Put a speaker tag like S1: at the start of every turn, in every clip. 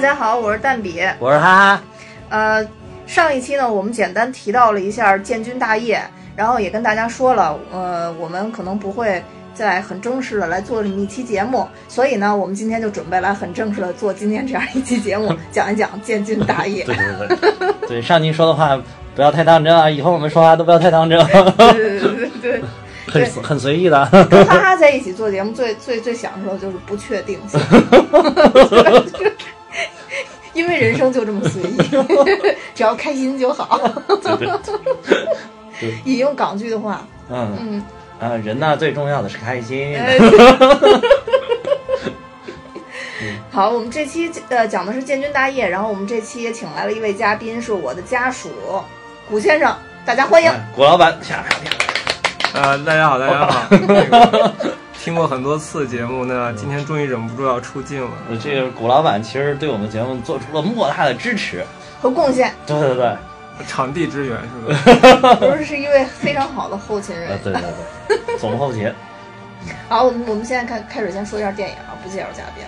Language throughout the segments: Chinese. S1: 家好，我是蛋比。
S2: 我是哈哈，
S1: 呃，上一期呢，我们简单提到了一下建军大业，然后也跟大家说了，呃，我们可能不会再很正式的来做这么一期节目，所以呢，我们今天就准备来很正式的做今天这样一期节目，讲一讲建军大业。
S2: 对对对 对，对上期说的话不要太当真啊，以后我们说话都不要太 当真，啊
S1: 对对对对对，
S2: 很随很随意的。
S1: 跟哈哈在一起做节目最最最享受的就是不确定性，因为人生就这么随意，只要开心就好。
S2: 对对，
S1: 引用港剧的话，
S2: 嗯
S1: 嗯，
S2: 啊，人呢最重要的是开心。
S1: 哎 好，我们这期呃讲的是建军大业，然后我们这期也请来了一位嘉宾，是我的家属古先生，大家欢迎。
S2: 哎古老板，啪啪啪
S3: 啊、大家好，大家好。嗯那个 听过很多次节目呢，今天终于忍不住要出镜了。
S2: 这个古老板其实对我们节目做出了莫大的支持。啊
S1: 和 贡献，
S2: 对对对，
S3: 场地支援是吧？
S1: 不是是一位非常好的后勤
S2: 呃
S1: 人。
S2: 对对对，总后勤。
S1: 好，我们我们现在开开始先说一下电影啊，不介绍嘉宾。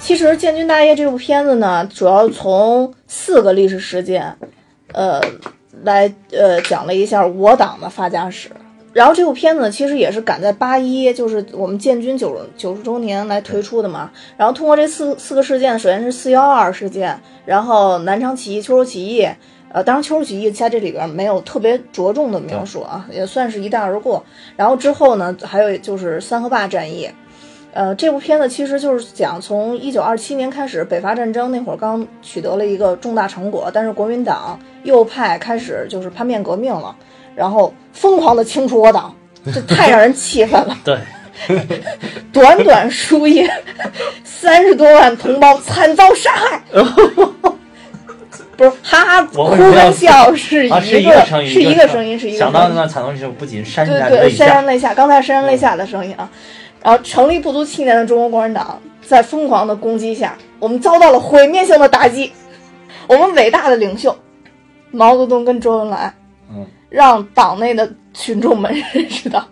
S1: 其实《建军大业》这部片子呢，主要从四个历史事件，呃，来呃讲了一下我党的发家史。然后这部片子呢，其实也是赶在八一，就是我们建军九九十周年来推出的嘛。然后通过这四四个事件，首先是四幺二事件，然后南昌起义、秋收起义，呃，当然秋收起义在这里边没有特别着重的描述啊，也算是一带而过。然后之后呢，还有就是三河坝战役。呃，这部片子其实就是讲从一九二七年开始，北伐战争那会儿刚取得了一个重大成果，但是国民党右派开始就是叛变革命了，然后疯狂的清除我党，这太让人气愤了。
S2: 对，
S1: 短短数月，三十多万同胞惨遭杀害。不是，哈哈，
S2: 我
S1: 哭
S2: 为什么要
S1: 跟笑是一
S2: 啊，是
S1: 个
S2: 声音，
S1: 是一
S2: 个
S1: 个声音，是一个声
S2: 想到
S1: 音
S2: 那惨痛时不仅潸
S1: 对
S2: 然
S1: 对，
S2: 泪
S1: 潸
S2: 下嗯
S1: 然，泪下，刚才潸然泪下的声音啊。然后，成立不足七年的中国共产党，在疯狂的攻击下，我们遭到了毁灭性的打击。我们伟大的领袖毛泽东跟周恩来，
S2: 嗯，
S1: 让党内的群众们 认识到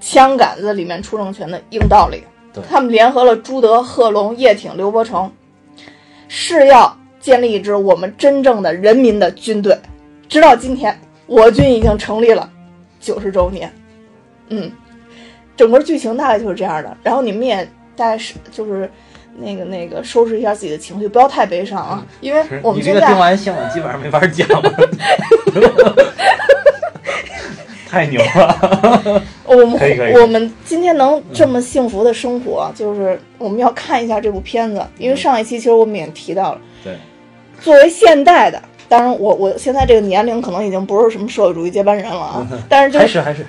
S1: 枪杆子里面出政权的硬道理
S2: 对。
S1: 他们联合了朱德、贺龙、叶挺、刘伯承，是要建立一支我们真正的人民的军队。直到今天，我军已经成立了九十周年。嗯，整个剧情大概就是这样的。然后你们也大概是就是那个那个收拾一下自己的情绪，不要太悲伤啊，因为
S2: 嗯是
S1: 我们
S2: 你这
S1: 现
S2: 个定
S1: 在
S2: 完性了，基本上没法讲 了。 太牛 了！
S1: 我们
S2: 可以可以嗯
S1: 我们今天能这么幸福的生活，就是我们要看一下这部片子，因
S2: 嗯
S1: 为上一期其实我们也提到了，
S2: 对，
S1: 作为现代的。当然我，我现在这个年龄可能已经不是什么社会主义接班人了
S2: 嗯
S1: 啊，但是
S2: 还
S1: 就是
S2: 还是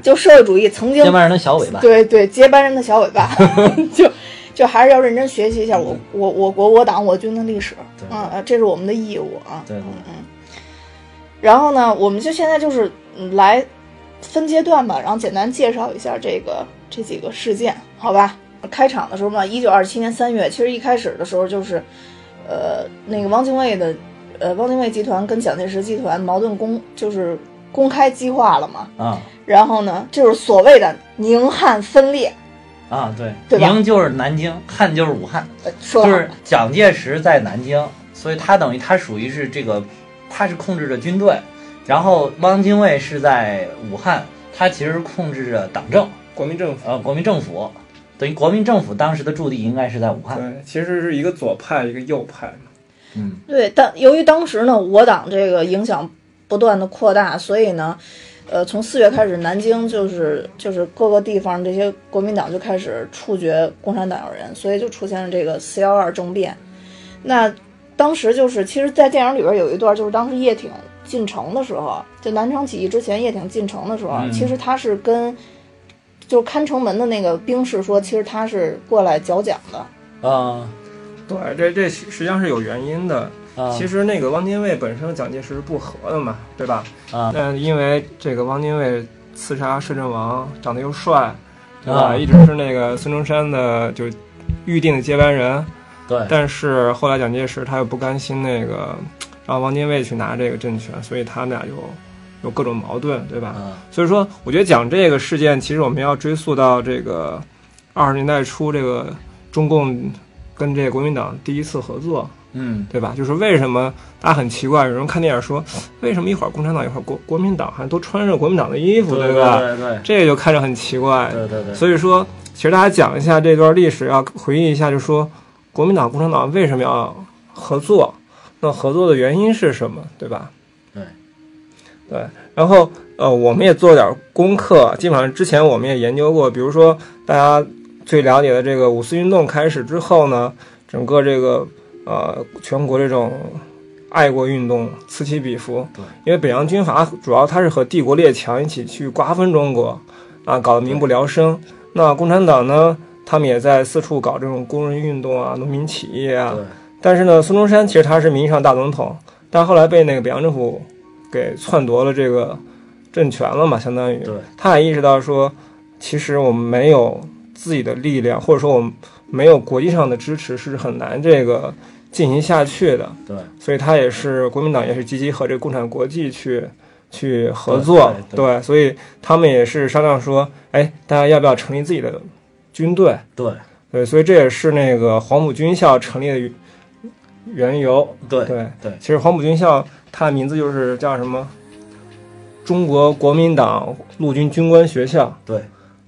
S1: 就社会主义曾经
S2: 接班人的小尾巴。
S1: 对对，接班人的小尾 巴，就就还是要认真学习一下我我我国我党我军的历史
S2: 嗯对
S1: 啊，呃这是我们的义务啊。
S2: 对对
S1: 嗯嗯。然后呢，我们就现在就是嗯来分阶段吧，然后简单介绍一下这个这几个事件，好吧？开场的时候嘛，一九二七年三月，其实一开始的时候就是，呃，那个汪精卫的，呃，汪精卫集团跟蒋介石集团矛盾公就是公开激化了嘛，
S2: 啊
S1: 然后呢，就是所谓的宁汉分裂，
S2: 啊，对，
S1: 对吧
S2: 宁就是南京，汉就是武汉，
S1: 呃说
S2: 就
S1: 好
S2: 是蒋介石在南京，所以他等于他属于是这个，他是控制着军队，然后汪精卫是在武汉，他其实控制着党政，
S3: 国民政府
S2: 呃，国民政府，等于国民政府当时的驻地应该是在武汉。
S3: 对，其实是一个左派，一个右派。
S2: 嗯，
S1: 对，但由于当时呢，我党这个影响不断的扩大，所以呢，呃，从四月开始，南京就是就是各个地方这些国民党就开始处决共产党人，所以就出现了这个四幺二政变。那当时就是，其实，在电影里边有一段，就是当时叶挺进城的时候，就南昌起义之前，叶挺进城的时候，
S2: 嗯
S1: 其实他是跟就是看城门的那个兵士说，其实他是过来剿蒋的。
S2: 啊
S3: 对，嗯这这实实际上是有原因的。
S2: 啊，
S3: 其实那个汪精卫本身和蒋介石是不和的嘛，对吧？
S2: 啊
S3: 那因为这个汪精卫刺杀摄政王，长得又帅，对吧？
S2: 啊
S3: 一直是那个孙中山的就预定的接班人，
S2: 对，
S3: 但是后来蒋介石他又不甘心那个让汪精卫去拿这个政权，所以他们俩有有各种矛盾，对吧？
S2: 啊
S3: 所以说，我觉得讲这个事件，其实我们要追溯到这个二十年代初，这个中共跟这国民党第一次合作，
S2: 嗯
S3: 对吧？就是为什么大家很奇怪，有人看电影说，为什么一会儿共产党一会儿国国民党，还都穿着国民党的衣服，
S2: 对
S3: 吧？
S2: 对对
S3: 这个就看着很奇怪。
S2: 对对对，
S3: 所以说，其实大家讲一下这段历史，要啊回忆一下，就说国民党、共产党为什么要合作？那合作的原因是什么？对吧？
S2: 对，
S3: 对。然后呃，我们也做了点功课，基本上之前我们也研究过，比如说大家最了解的这个五四运动开始之后呢，整个这个呃全国这种。爱国运动此起彼伏，
S2: 对，
S3: 因为北洋军阀主要它是和帝国列强一起去瓜分中国，啊，搞得民不聊生。那共产党呢，他们也在四处搞这种工人运动啊、农民起义啊。
S2: 对
S3: 但是呢，孙中山其实他是名义上大总统，但后来被那个北洋政府给篡夺了这个政权了嘛，相当于。
S2: 对
S3: 他也意识到说，其实我们没有自己的力量，或者说我们没有国际上的支持，是很难这个进行下去的。
S2: 对，
S3: 所以他也是国民党也是积极和这个共产国际去去合作，
S2: 对对
S3: 所以他们也是商量说，哎，大家要不要成立自己的军队？
S2: 对
S3: 对，所以这也是那个黄埔军校成立的原缘由。
S2: 对
S3: 对
S2: 对
S3: 其实黄埔军校它的名字就是叫什么？中国国民党陆军军官学校。
S2: 对，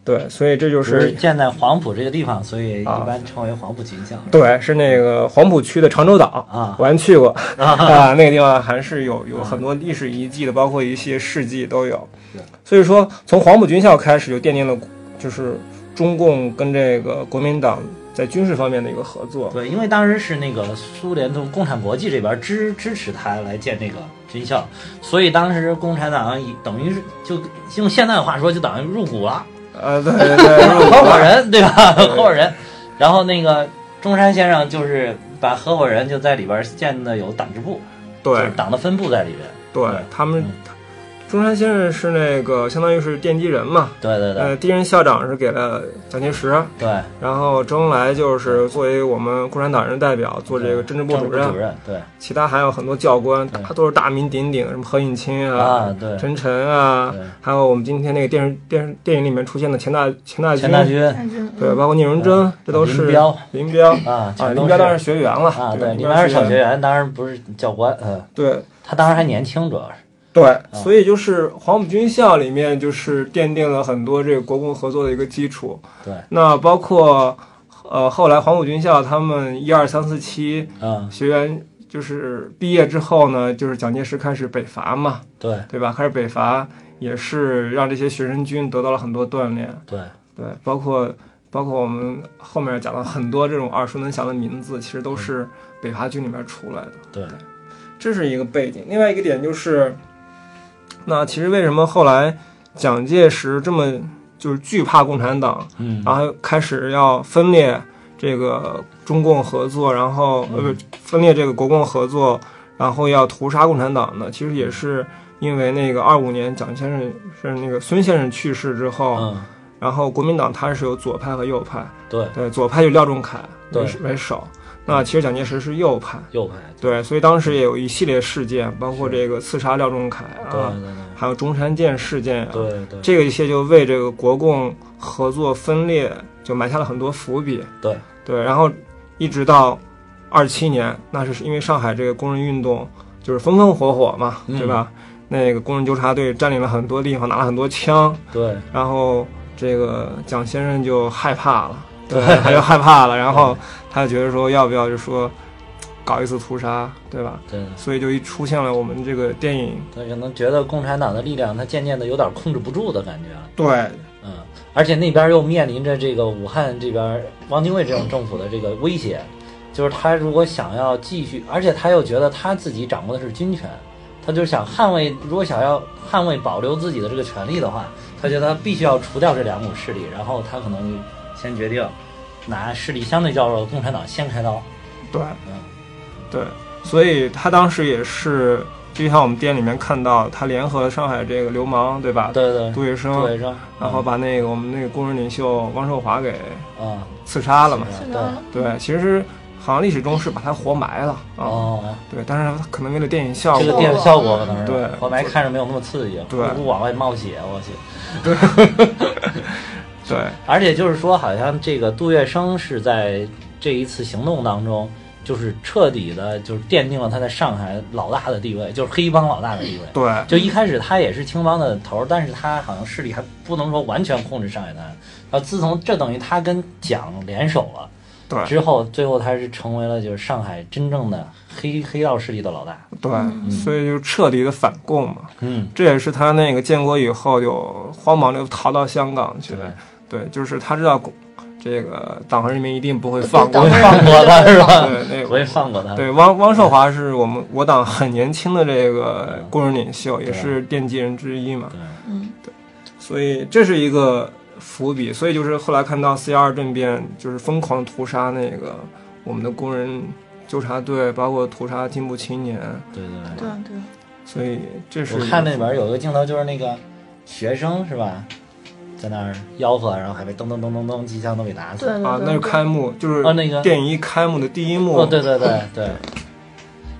S3: 对，所以这就
S2: 就是是建在黄埔这个地方，所以一
S3: 啊
S2: 般称为黄埔军校。
S3: 对，是那个黄埔区的长洲岛
S2: 啊
S3: 我还去过 啊，那个地方还是有有很多历史遗迹的，包括一些事迹都有
S2: 是。
S3: 所以说，从黄埔军校开始就奠定了，就是中共跟这个国民党在军事方面的一个合作。
S2: 对，因为当时是那个苏联从共产国际这边支支持他来建这个军校，所以当时共产党以等于是就用现在的话说，就等于入股了，
S3: 呃，对对对，入
S2: 合
S3: 伍
S2: 伙
S3: 了
S2: 人对吧？
S3: 对
S2: 合伙人，然后那个中山先生就是把合伙人就在里边建的有党支部，就是
S3: 对
S2: 党的分部在里边。
S3: 对
S2: 对，
S3: 他们
S2: 嗯
S3: 中山先生是那个相当于是奠基人嘛，
S2: 对对对
S3: 呃，第一任校长是给了蒋介石，
S2: 对，
S3: 然后周恩来就是作为我们共产党人代表做这个政治部
S2: 政
S3: 主
S2: 治
S3: 任
S2: 部主。任，对
S3: 其他还有很多教官，
S2: 对
S3: 大都是大名鼎鼎，什么何应钦啊、
S2: 啊嗯对
S3: 陈诚啊，
S2: 对，
S3: 还有我们今天那个电视电视电影里面出现的钱大钱大
S2: 钱大
S3: 钧，
S2: 军嗯
S1: 但是
S3: 对，包括聂荣臻，这都是
S2: 林彪
S3: 林彪
S2: 啊，
S3: 啊，
S2: 全
S3: 林
S2: 都
S3: 彪当然
S2: 是
S3: 是学员了
S2: 啊，
S3: 对，
S2: 对，里
S3: 林彪
S2: 面是小学
S3: 员，
S2: 员，当然不是教官，嗯。
S3: 对
S2: 他当时还年轻，主要是
S3: 对，所以就是黄埔军校里面就是奠定了很多这个国共合作的一个基础。
S2: 对，
S3: 那包括呃后来黄埔军校他们一二三四期
S2: 嗯，
S3: 学员就是毕业之后呢，就是蒋介石开始北伐嘛。
S2: 对
S3: 对吧？开始北伐也是让这些学生军得到了很多锻炼，
S2: 对
S3: 对，包括包括我们后面讲到很多这种耳熟能详的名字，其实都是北伐军里面出来的，
S2: 嗯对，
S3: 这是一个背景。另外一个点就是，那其实为什么后来蒋介石这么就是惧怕共产党，
S2: 嗯，
S3: 然后开始要分裂这个中共合作，然后
S2: 嗯
S3: 呃不分裂这个国共合作，然后要屠杀共产党呢？其实也是因为那个二五年蒋先生是那个孙先生去世之后，
S2: 嗯，
S3: 然后国民党它是有左派和右派，
S2: 对，
S3: 对，左派就廖仲恺为
S2: 对
S3: 为首，那其实蒋介石是右派，
S2: 右派，
S3: 对，所以当时也有一系列事件，包括这个刺杀廖仲恺
S2: 对
S3: 啊，
S2: 哦
S3: 还有中山舰事件啊，
S2: 对对对对
S3: 这个一些就为这个国共合作分裂就埋下了很多伏笔。
S2: 对
S3: 对，然后一直到二七年，那是因为上海这个工人运动就是风风火火嘛，
S2: 嗯
S3: 对吧？那个工人纠察队占领了很多地方，拿了很多枪，
S2: 对
S3: 然后这个蒋先生就害怕 了，对，他就害怕了，然后他就觉得说要不要就说搞一次屠杀，对吧？
S2: 对，
S3: 所以就一出现了我们这个电影，
S2: 他可能觉得共产党的力量，他渐渐的有点控制不住的感觉了，
S3: 对
S2: 嗯，而且那边又面临着这个武汉这边汪精卫这种政府的这个威胁，就是他如果想要继续，而且他又觉得他自己掌握的是军权。他就想捍卫，如果想要捍卫保留自己的这个权利的话，他觉得他必须要除掉这两股势力，然后他可能先决定拿势力相对较弱的共产党先开刀。
S3: 对
S2: 嗯，
S3: 对，所以他当时也是，就像我们店里面看到，他联合了上海这个流氓，对吧？
S2: 对对，
S3: 杜月笙，
S2: 杜月笙，
S3: 然后把那个我们那个工人领袖王寿华给
S2: 啊，
S3: 刺杀了嘛。
S1: 是
S2: 对
S1: 的，
S3: 对，其实好像历史中是把他活埋了啊。
S2: 哦，
S3: 对，但是他可能为了电影效
S2: 这个
S3: 果，
S2: 电视效果可能是
S3: 啊对
S2: 后来看着没有那么刺激，
S3: 对
S2: 不往外冒血，我去。
S3: 对
S2: 而且就是说，好像这个杜月笙是在这一次行动当中，就是彻底的，就是奠定了他在上海老大的地位，就是黑帮老大的地位。
S3: 对，
S2: 就一开始他也是青帮的头儿，但是他好像势力还不能说完全控制上海滩。然后自从这等于他跟蒋联手了，
S3: 对
S2: 之后最后他是成为了就是上海真正的黑黑道势力的老大。
S3: 对，
S1: 嗯
S3: 所以就彻底的反共嘛。
S2: 嗯，
S3: 这也是他那个建国以后就慌忙就逃到香港去
S2: 对，
S3: 了。对，就是他知道共这个党和人民一定不会
S1: 不
S3: 放过
S1: 党和人
S2: 放过他是吧？
S3: 对，那
S2: 我
S3: 个
S2: 也放过他。
S3: 对汪汪寿华是我们我党很年轻的这个工人领袖，也
S2: 对啊
S3: 是奠基人之一嘛。
S2: 对
S1: 嗯，
S3: 所以这是一个伏笔。所以就是后来看到四幺二政变，就是疯狂屠杀那个我们的工人纠察队，包括屠杀进步青年。
S2: 对对
S1: 对对，
S3: 所以这是
S2: 我看那里边有一个镜头，就是那个学生是吧，在那儿吆喝，然后还被噔噔噔噔噔机枪都给打
S1: 嗯
S2: 死。
S1: 对对
S3: 啊，那是开幕，就是
S2: 哦，那个，
S3: 电影一开幕的第一幕。
S2: 哦，对对对对，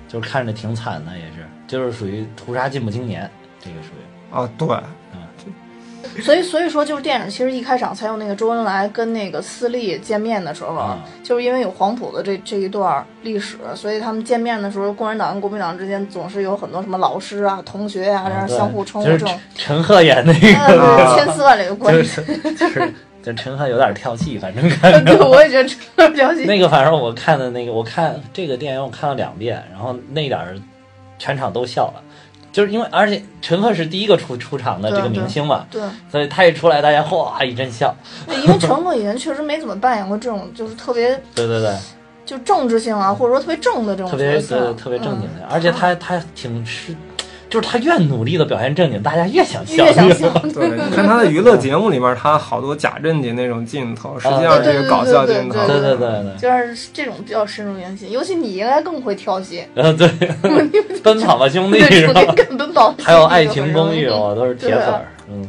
S2: 就是看着挺惨的，也是，就是属于屠杀进步青年，这个属于，
S3: 啊，对，
S1: 所以所以说，就是电影其实一开场才有那个周恩来跟那个司令见面的时候
S2: 嗯
S1: 啊，就是因为有黄埔的这这一段历史，所以他们见面的时候，共产党跟国民党之间总是有很多什么老师啊、同学啊，这样
S2: 嗯对
S1: 相互称呼
S2: 就
S1: 这
S2: 是
S1: 种，
S2: 陈赫演那
S1: 哎对
S2: 个，
S1: 对千丝万缕的关
S2: 就
S1: 系。
S2: 是就是，就陈赫有点跳戏，反正 看
S1: 对，我也觉得这了解。
S2: 那个，反正我看的那个，我看这个电影我看了两遍，然后那点儿全场都笑了，就是因为而且陈赫是第一个出出场的这个
S1: 对对
S2: 明星嘛，
S1: 对，
S2: 所以他一出来，大家哗一阵笑。
S1: 因为陈赫以前确实没怎么扮演过这种就是特别
S2: 对对对，
S1: 就政治性啊，或者说特别正的这种
S2: 特别
S1: 角色
S2: 对，特别正经
S1: 嗯
S2: 的，而且他他挺是，就是他越努力的表现正经，大家越想
S1: 嗯，
S2: 笑。
S1: 越想笑。
S3: 对， 你看他的娱乐节目里面，他好多假正经那种镜头，实际上是一个搞笑镜头
S1: 啊对。
S2: 对对对对，
S1: 就是这种比较深入人心，尤其你应该更会挑戏，
S2: 然后对，奔跑吧 兄弟
S1: 对，
S2: 是
S1: 属
S2: 吧？
S1: 于跟奔跑。
S2: 还有爱情公寓，哦我都是铁粉儿。
S1: 啊
S2: 嗯，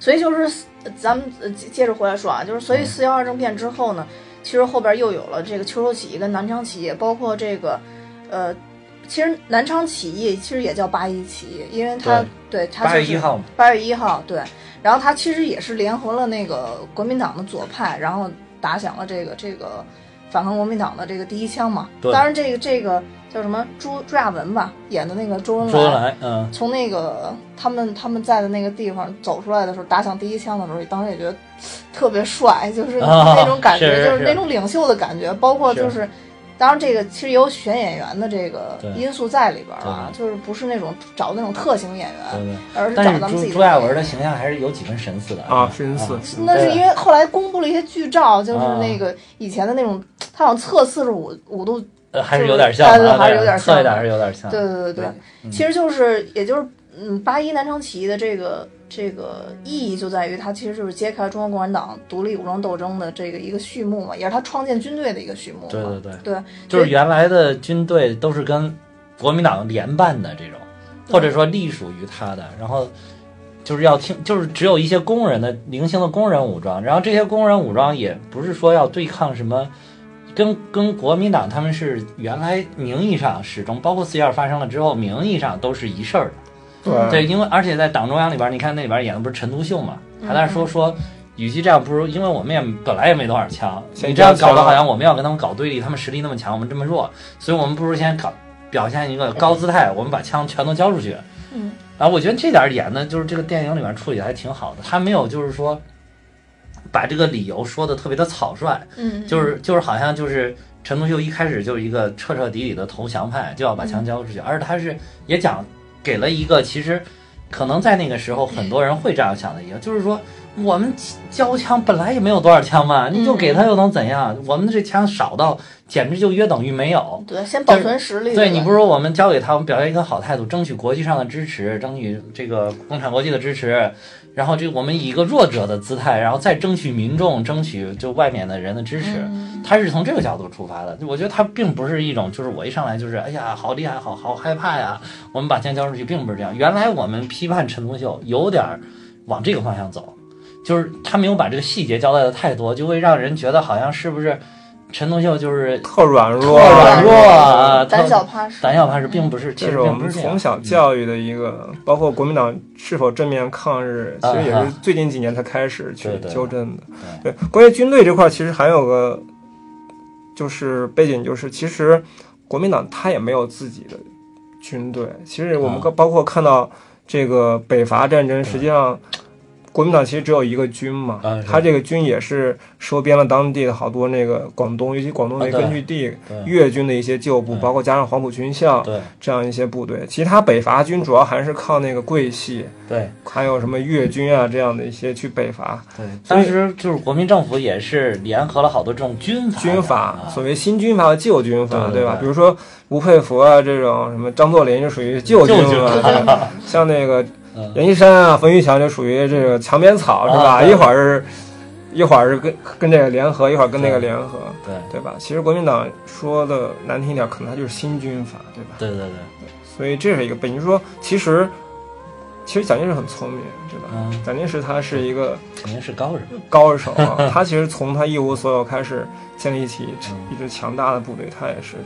S1: 所以就是呃咱们呃接接着回来说啊，就是所
S2: 嗯
S1: 以四幺二政变之后呢，其实后边又有了这个秋收起义跟南昌起义，包括这个呃，其实南昌起义其实也叫八一起义，因为它对它
S2: 八
S1: 就
S2: 月一
S1: 是
S2: 号嘛，
S1: 八月一号对，然后它其实也是联合了那个国民党的左派，然后打响了这个这个反抗国民党的这个第一枪嘛。
S2: 对
S1: 当然这个这个叫什么朱朱亚文吧演的那个周恩
S2: 周恩来，嗯，
S1: 从那个他们他们在的那个地方走出来的时候，打响第一枪的时候，当时也觉得特别帅，就是
S2: 啊
S1: 那种感觉，
S2: 是是
S1: 就是那种领袖的感觉，包括就是。当然，这个其实也有选演员的这个
S2: 对
S1: 因素在里边儿啊，就是不是那种找那种特型演员，
S2: 对对。
S1: 而是找
S2: 但
S1: 咱
S2: 是
S1: 们自
S2: 朱
S1: 己
S2: 朱亚文的形象还是有几分神似的
S3: 啊，深思。
S1: 那是因为后来公布了一些剧照，就是
S2: 啊
S1: 那个以前的那种，他好像测四十五五度，
S2: 呃还是有点像的，侧一点是有点像。
S1: 对对对对，
S2: 嗯
S1: 其实就是也就是嗯，八一南昌起义的这个这个意义就在于它其实就是揭开中国共产党独立武装斗争的这个一个序幕嘛，也是他创建军队的一个序幕嘛。嗯
S2: 对对对，
S1: 对
S2: 就是原来的军队都是跟国民党联办的这种，或者说隶属于他的，然后就是要听，就是只有一些工人的零星的工人武装，然后这些工人武装也不是说要对抗什么。跟跟国民党他们是原来名义上始终，包括四一二发生了之后，名义上都是一事儿的。
S1: 嗯
S3: 对
S2: 对，因为而且在党中央里边儿，你看那里边儿演的不是陈独秀嘛，还在那说说，与其这样，不如因为我们也本来也没多少枪，
S3: 先
S2: 你这样
S3: 交
S2: 搞得
S3: 枪
S2: 好像我们要跟他们搞对立，他们实力那么强，我们这么弱，所以我们不如先搞表现一个高姿态，我们把枪全都交出去。
S1: 嗯，
S2: 啊，我觉得这点儿演的就是这个电影里面处理的还挺好的，他没有就是说把这个理由说的特别的草率，
S1: 嗯，
S2: 就是就是好像就是陈独秀一开始就是一个彻彻底底的投降派，就要把枪交出去，而他是也讲给了一个其实可能在那个时候很多人会这样想的一个，就是说我们交枪本来也没有多少枪嘛，你就给他又能怎样？我们这枪少到简直就约等于没有。
S1: 对，先保存实力。
S2: 对你不
S1: 是
S2: 如我们交给他，我们表现一个好态度，争取国际上的支持，争取这个共产国际的支持，然后这我们以一个弱者的姿态，然后再争取民众，争取就外面的人的支持。
S1: 嗯
S2: 他是从这个角度出发的，我觉得他并不是一种就是我一上来就是哎呀好厉害，好好害怕呀，我们把钱交出去，并不是这样。原来我们批判陈独秀有点儿往这个方向走，就是他没有把这个细节交代的太多，就会让人觉得好像是不是陈独秀就是
S3: 特软弱，
S1: 特
S2: 软弱啊，
S1: 胆
S2: 特
S1: 小怕事，
S2: 胆小怕事，并不是，其
S3: 这
S2: 实
S3: 是我
S2: 并不
S3: 们
S2: 是这样嗯
S3: 从。小教育的一个，包括国民党是否正面抗日，其
S2: 啊
S3: 实也
S2: 啊
S3: 是最近几年才开始去
S2: 对对
S3: 纠正的。对，关于军队这块，其实还有个就是背景，就是其实国民党他也没有自己的军队。其实我们
S2: 啊
S3: 包括看到这个北伐战争，
S2: 对
S3: 实际上国民党其实只有一个军嘛
S2: 啊是，
S3: 他这个军也是收编了当地的好多那个广东，尤其广东的
S2: 啊对
S3: 根据地
S2: 对
S3: 粤军的一些旧部，
S2: 嗯
S3: 包括加上黄埔军校。
S2: 对
S3: 这样一些部队。其他北伐军主要还是靠那个桂系，
S2: 对
S3: 还有什么越军啊这样的一些去北伐
S2: 对，
S3: 所
S2: 当
S3: 以
S2: 时就是国民政府也是联合了好多这种军阀
S3: 军阀，
S2: 啊
S3: 所谓新军阀和旧军阀，
S2: 对对
S3: 吧？
S2: 对
S3: 比如说吴佩孚啊这种，什么张作霖就属于旧军
S2: 旧军
S3: 阀，
S2: 阀
S3: 对吧 像那个
S2: 嗯
S3: 阎锡山啊、冯玉祥就属于这个墙边草，是吧？
S2: 啊对
S3: 一会儿是。一会儿是跟跟这个联合，一会儿跟那个联合，
S2: 对
S3: 对吧？其实国民党说的难听一点，可能他就是新军阀，对吧？
S2: 对对对，
S3: 所以这是一个背景。说其实，其实蒋介石很聪明，对吧？
S2: 嗯，
S3: 蒋介石他是一个
S2: 肯定是高人，
S3: 高手 啊，他其实从他一无所有开始建立起一支强大的部队，他也是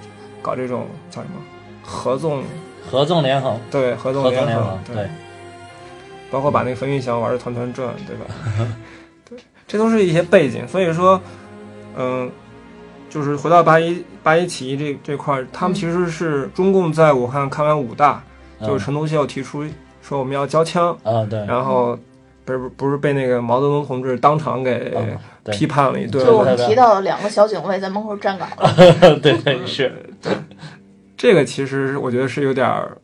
S3: 搞这种叫什么合纵，
S2: 合纵连横，
S3: 对合纵
S2: 合纵
S3: 联
S2: 连
S3: 合
S2: 横，，
S3: 对嗯
S2: 对，
S3: 包括把那个冯玉祥玩的团团转，对吧？ 对，这都是一些背景，所以说，嗯。就是回到八一八一起义这这块儿，他们其实是中共在武汉开完武大，
S2: 嗯
S3: 就是陈独秀提出说我们要交枪，
S2: 啊对，
S3: 然后不是不是被那个毛泽东同志嗯当场给
S2: 嗯对
S3: 批判了一顿
S1: 就我
S3: 嘛。
S1: 们提到的两个小警卫在门口站岗了，
S3: 呃
S2: 嗯对对是，
S3: 这个其实我觉得是有点儿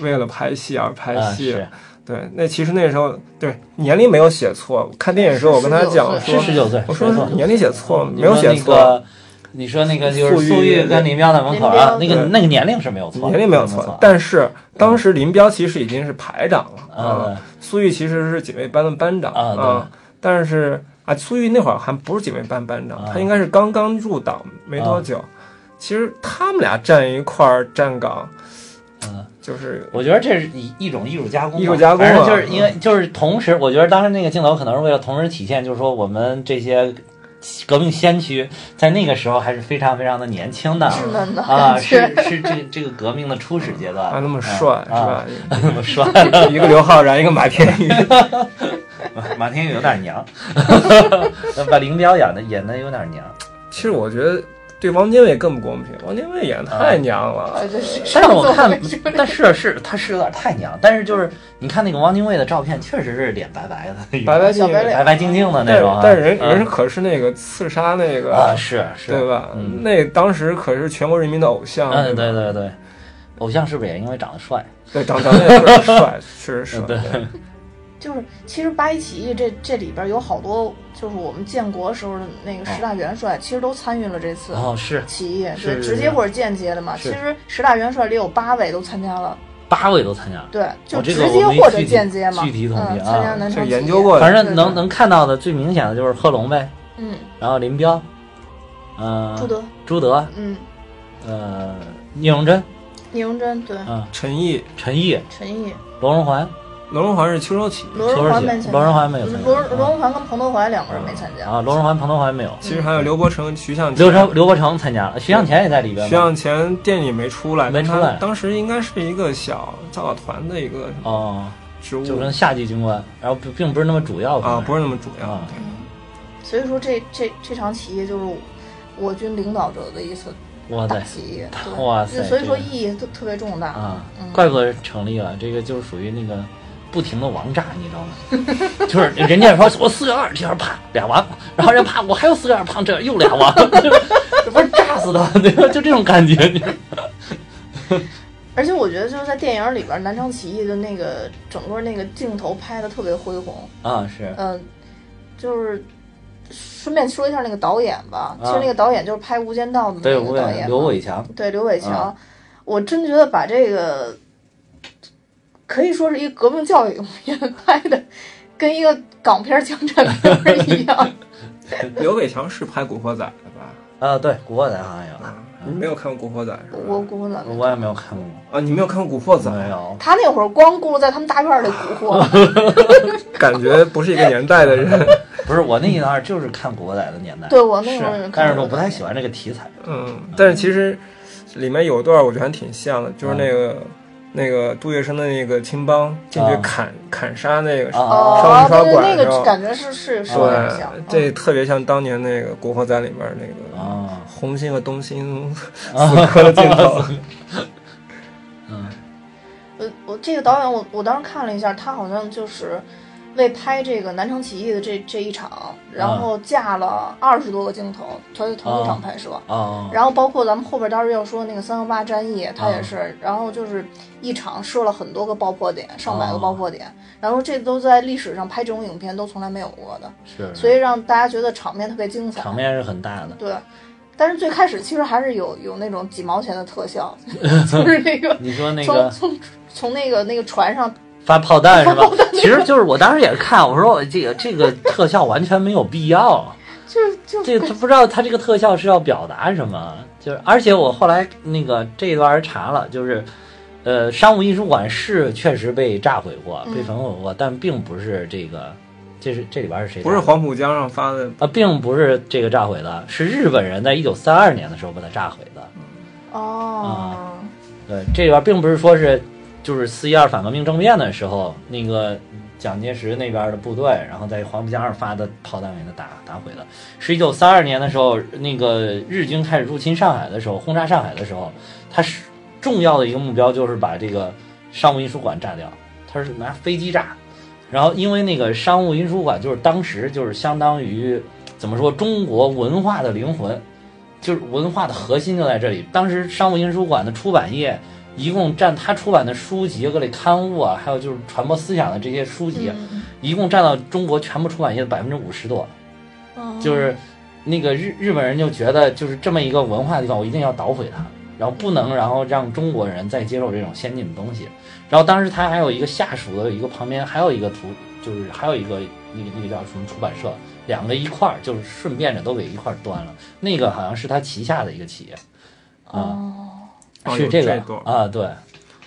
S3: 为了拍戏而拍
S2: 啊
S3: 戏。
S2: 是
S3: 对，那其实那时候对年龄没有写错，看电影的时候我跟他讲
S1: 是
S3: 说
S2: 是，十九岁，
S3: 我说
S2: 没错
S3: 年龄写错了，
S2: 你
S3: 没有
S2: 说
S3: 写
S2: 那
S3: 错，
S2: 个你说那个就是
S3: 粟裕
S2: 粟裕跟林彪在门口啊，那
S1: 林
S3: 彪
S2: 个
S3: 对
S2: 那个年龄是没有错，
S3: 年龄没有
S2: 错
S3: 错。，但是当时林彪其实已经是排长了啊，
S2: 嗯啊
S3: 苏玉其实是警卫班的班长
S2: 啊对
S3: 啊，但是啊，苏玉那会儿还不是警卫班班长
S2: 啊，
S3: 他应该是刚刚入党没多久。其实他们俩站一块儿站岗，
S2: 嗯，
S3: 就是
S2: 我觉得这是一一种艺术加工吧，
S3: 艺术加工啊
S2: 反正就是因为就是同时，我觉得当时那个镜头可能是为了同时体现，就是说我们这些革命先驱在那个时候还是非常非常的年轻的
S1: 稚嫩的
S2: 啊，
S1: 感觉
S2: 是是这这个革命的初始阶段，
S3: 啊还那么帅，是吧
S2: 啊？？ 那么帅，
S3: 一个刘昊然，一个马天宇，
S2: 马天宇有点娘，把林彪演的演的有点娘，
S3: 其实我觉得对王精卫更不公平，王精卫演的太娘了。
S1: 啊，这是
S2: 但
S1: 上
S2: 是我
S1: 座
S2: 看
S1: 位，
S2: 但是是他是有点太娘，但是就是你看那个汪精卫的照片，确实是脸白白的，
S3: 白白净
S1: 小
S3: 净
S1: 白
S3: 的，
S1: 脸
S2: 白白净净的那
S3: 但
S2: 种啊，
S3: 但人人
S2: 嗯
S3: 可是那个刺杀那
S2: 啊
S3: 个，
S2: 是是，
S3: 对吧
S2: 嗯？
S3: 那当时可是全国人民的偶像，
S2: 嗯，对
S3: 吧
S2: 对对，偶像是不是也因为长得帅？
S3: 对，长长得也确实帅， 确实帅。
S2: 对
S1: 就是其实八一起义这这里边有好多，就是我们建国时候的那个十大元帅，其实都参与了这次
S2: 哦，是
S1: 起义，
S2: 是
S1: 对，
S2: 是
S1: 直接或者间接的嘛。
S2: 是
S1: 其实十大元帅里有八位都参加了，
S2: 八位都参加了，
S1: 对，就
S2: 哦这
S1: 直
S2: 个
S1: 接
S2: 我没
S1: 或者
S2: 具体
S1: 间接嘛，
S2: 具体统计
S1: 嗯，
S2: 啊
S1: 参加南
S3: 就
S1: 昌
S3: 研
S1: 起
S3: 究
S1: 义
S3: 过，
S2: 反
S1: 对
S2: 正
S1: 对
S2: 能能看到的最明显的就是贺龙呗，
S1: 嗯，
S2: 然后林彪，嗯、
S1: 朱德，
S2: 朱德，
S1: 嗯，
S2: 呃，聂荣臻，
S1: 聂荣臻，对，
S2: 嗯、
S3: 陈毅、
S2: 陈毅，
S1: 陈毅，
S2: 罗荣桓，
S3: 罗荣桓是邱淑琪，
S1: 罗荣桓没参加，
S2: 罗荣桓没有参加啊
S1: 罗荣罗荣桓跟彭德怀两个人没参加，
S2: 啊，罗荣桓、彭德怀没有，
S3: 其实还有刘伯承、徐向前
S2: 刘成、刘伯承参加了，徐向前也在里边
S3: 徐
S2: 嘛。
S3: 向前电影没出来，
S2: 没
S3: 但
S2: 出
S3: 他
S2: 来
S3: 当时应该是一个小造稿团的一个什么
S2: 哦，
S3: 职务
S2: 就跟夏季军官，然后并并不是那么主要
S3: 啊，不
S2: 是
S3: 是那么主要
S2: 啊。
S3: 对
S1: 所以说这这这场起义就是我军领导者的一次
S2: 哇
S1: 大
S2: 塞
S1: 起义，
S2: 啊哇
S1: 对，
S2: 塞
S1: 就所以说
S2: 这个
S1: 意义都特别重大。
S2: 啊
S1: 嗯，
S2: 怪不得成立了，这个就是属于那个不停的王炸，你知道吗？ 就是人家说我四个二，这边啪俩王，然后人家啪我还有四个二，啪这又俩王， 这不是炸死他， 对吧？就这种感觉， 你知道吗
S1: 而且我觉得就是在电影里边，南昌起义的那个整个那个镜头拍的特别恢宏。
S2: 啊是
S1: 嗯、就是顺便说一下那个导演吧，
S2: 啊
S1: 其实那个导演就是拍《无间道》的
S2: 对
S1: 那
S2: 吴
S1: 个导演
S2: 伟
S1: 嘛，
S2: 刘伟强
S1: 对刘伟强，
S2: 啊
S1: 我真觉得把这个可以说是一个革命教育片 拍的，跟一个港片儿枪战片儿一 样。
S3: 刘伟强是拍《古惑仔》的吧？
S2: 啊，对古惑仔好像有，
S3: 你没有看过《古惑仔》是吧？
S1: 啊我估了，
S2: 我也没有看过，
S3: 啊，你没有看过《古惑仔
S2: 没》，有。
S1: 他那会儿光顾着在他们大院儿里蛊惑，
S3: 感觉不是一个年代的人。
S2: 不是我那一段就是看古惑仔的年代，
S1: 对我那会儿也
S2: 是
S1: 看，
S2: 但是我不太喜欢这个题材。
S3: 嗯，但是其实里面有一段我觉得还挺像的，就是
S2: 啊
S3: 那个、那个杜月笙的那个青帮进去
S2: 啊
S3: 砍、砍杀那个，
S2: 啊，
S1: 哦
S3: 上，
S1: 但
S3: 刷
S1: 是
S3: 管
S1: 那
S3: 是
S1: 个
S3: 吧
S1: 感觉是是是有点
S3: 对
S1: 像，，嗯
S3: 这特别像当年那个《古惑仔》里面那个
S2: 啊，
S3: 红星和东星死磕的 镜头。
S2: 嗯，
S1: 我呃我这个导演我我当时看了一下，他好像就是为拍这个南城起义的这这一场，然
S2: 嗯
S1: 后架了二十多个镜头，同同一场拍摄。
S2: 啊，
S1: 然后包括咱们后边当时要说那个三幺八战役，他
S2: 啊
S1: 也是，然后就是一场设了很多个爆破点，上百
S2: 啊
S1: 个爆破点，然后这都在历史上拍这种影片都从来没有过的，
S2: 是，
S1: 所以让大家觉得场面特别精彩。
S2: 场面是很大的。
S1: 对，但是最开始其实还是有有那种几毛钱的特效， 就是那个
S2: 你 说那
S1: 从、
S2: 个
S1: 从从那个那个船上
S2: 发炮弹是吧？其实就是我当时也是看，我说我这个这个特效完全没有必 要，
S1: 就就
S2: 这个他不知道他这个特效是要表达什么，就是而且我后来那个这一段儿查了，就是。呃，商务印书馆是确实被炸毁过，被焚毁过，但并不是这个，这是这里边儿是谁炸
S3: 不
S2: 的？
S3: 是黄浦江上发的，
S2: 啊，并不是这个炸毁的，是日本人在一九三二年的时候把它炸毁的。啊
S1: 哦，
S2: 对，呃这里边并不是说是就是四一二反革命政变的时候，那个蒋介石那边的部队，然后在黄浦江上发的炮弹给他打打毁的，是一九三二年的时候，那个日军开始入侵上海的时候，轰炸上海的时候，他是重要的一个目标就是把这个商务印书馆炸掉，他是拿飞机炸。然后，因为那个商务印书馆就是当时就是相当于怎么说中国文化的灵魂，就是文化的核心就在这里。当时商务印书馆的出版业一共占他出版的书籍、各类刊物啊，还有就是传播思想的这些书籍，
S1: 嗯
S2: 一共占到中国全部出版业的百分之五十多。
S1: 嗯
S3: 哦
S2: 就是那个日日本人就觉得，就是这么一个文化地方，我一定要捣毁它，然后不能然后让中国人再接受这种先进的东西。然后当时他还有一个下属的一个旁边还有一个图，就是还有一个那个那个叫什么出版社，两个一块儿就是顺便着都给一块儿端了。那个好像是他旗下的一个企业，啊，
S1: 哦，
S3: 哦
S2: 是个
S3: 有这段
S2: 啊，对。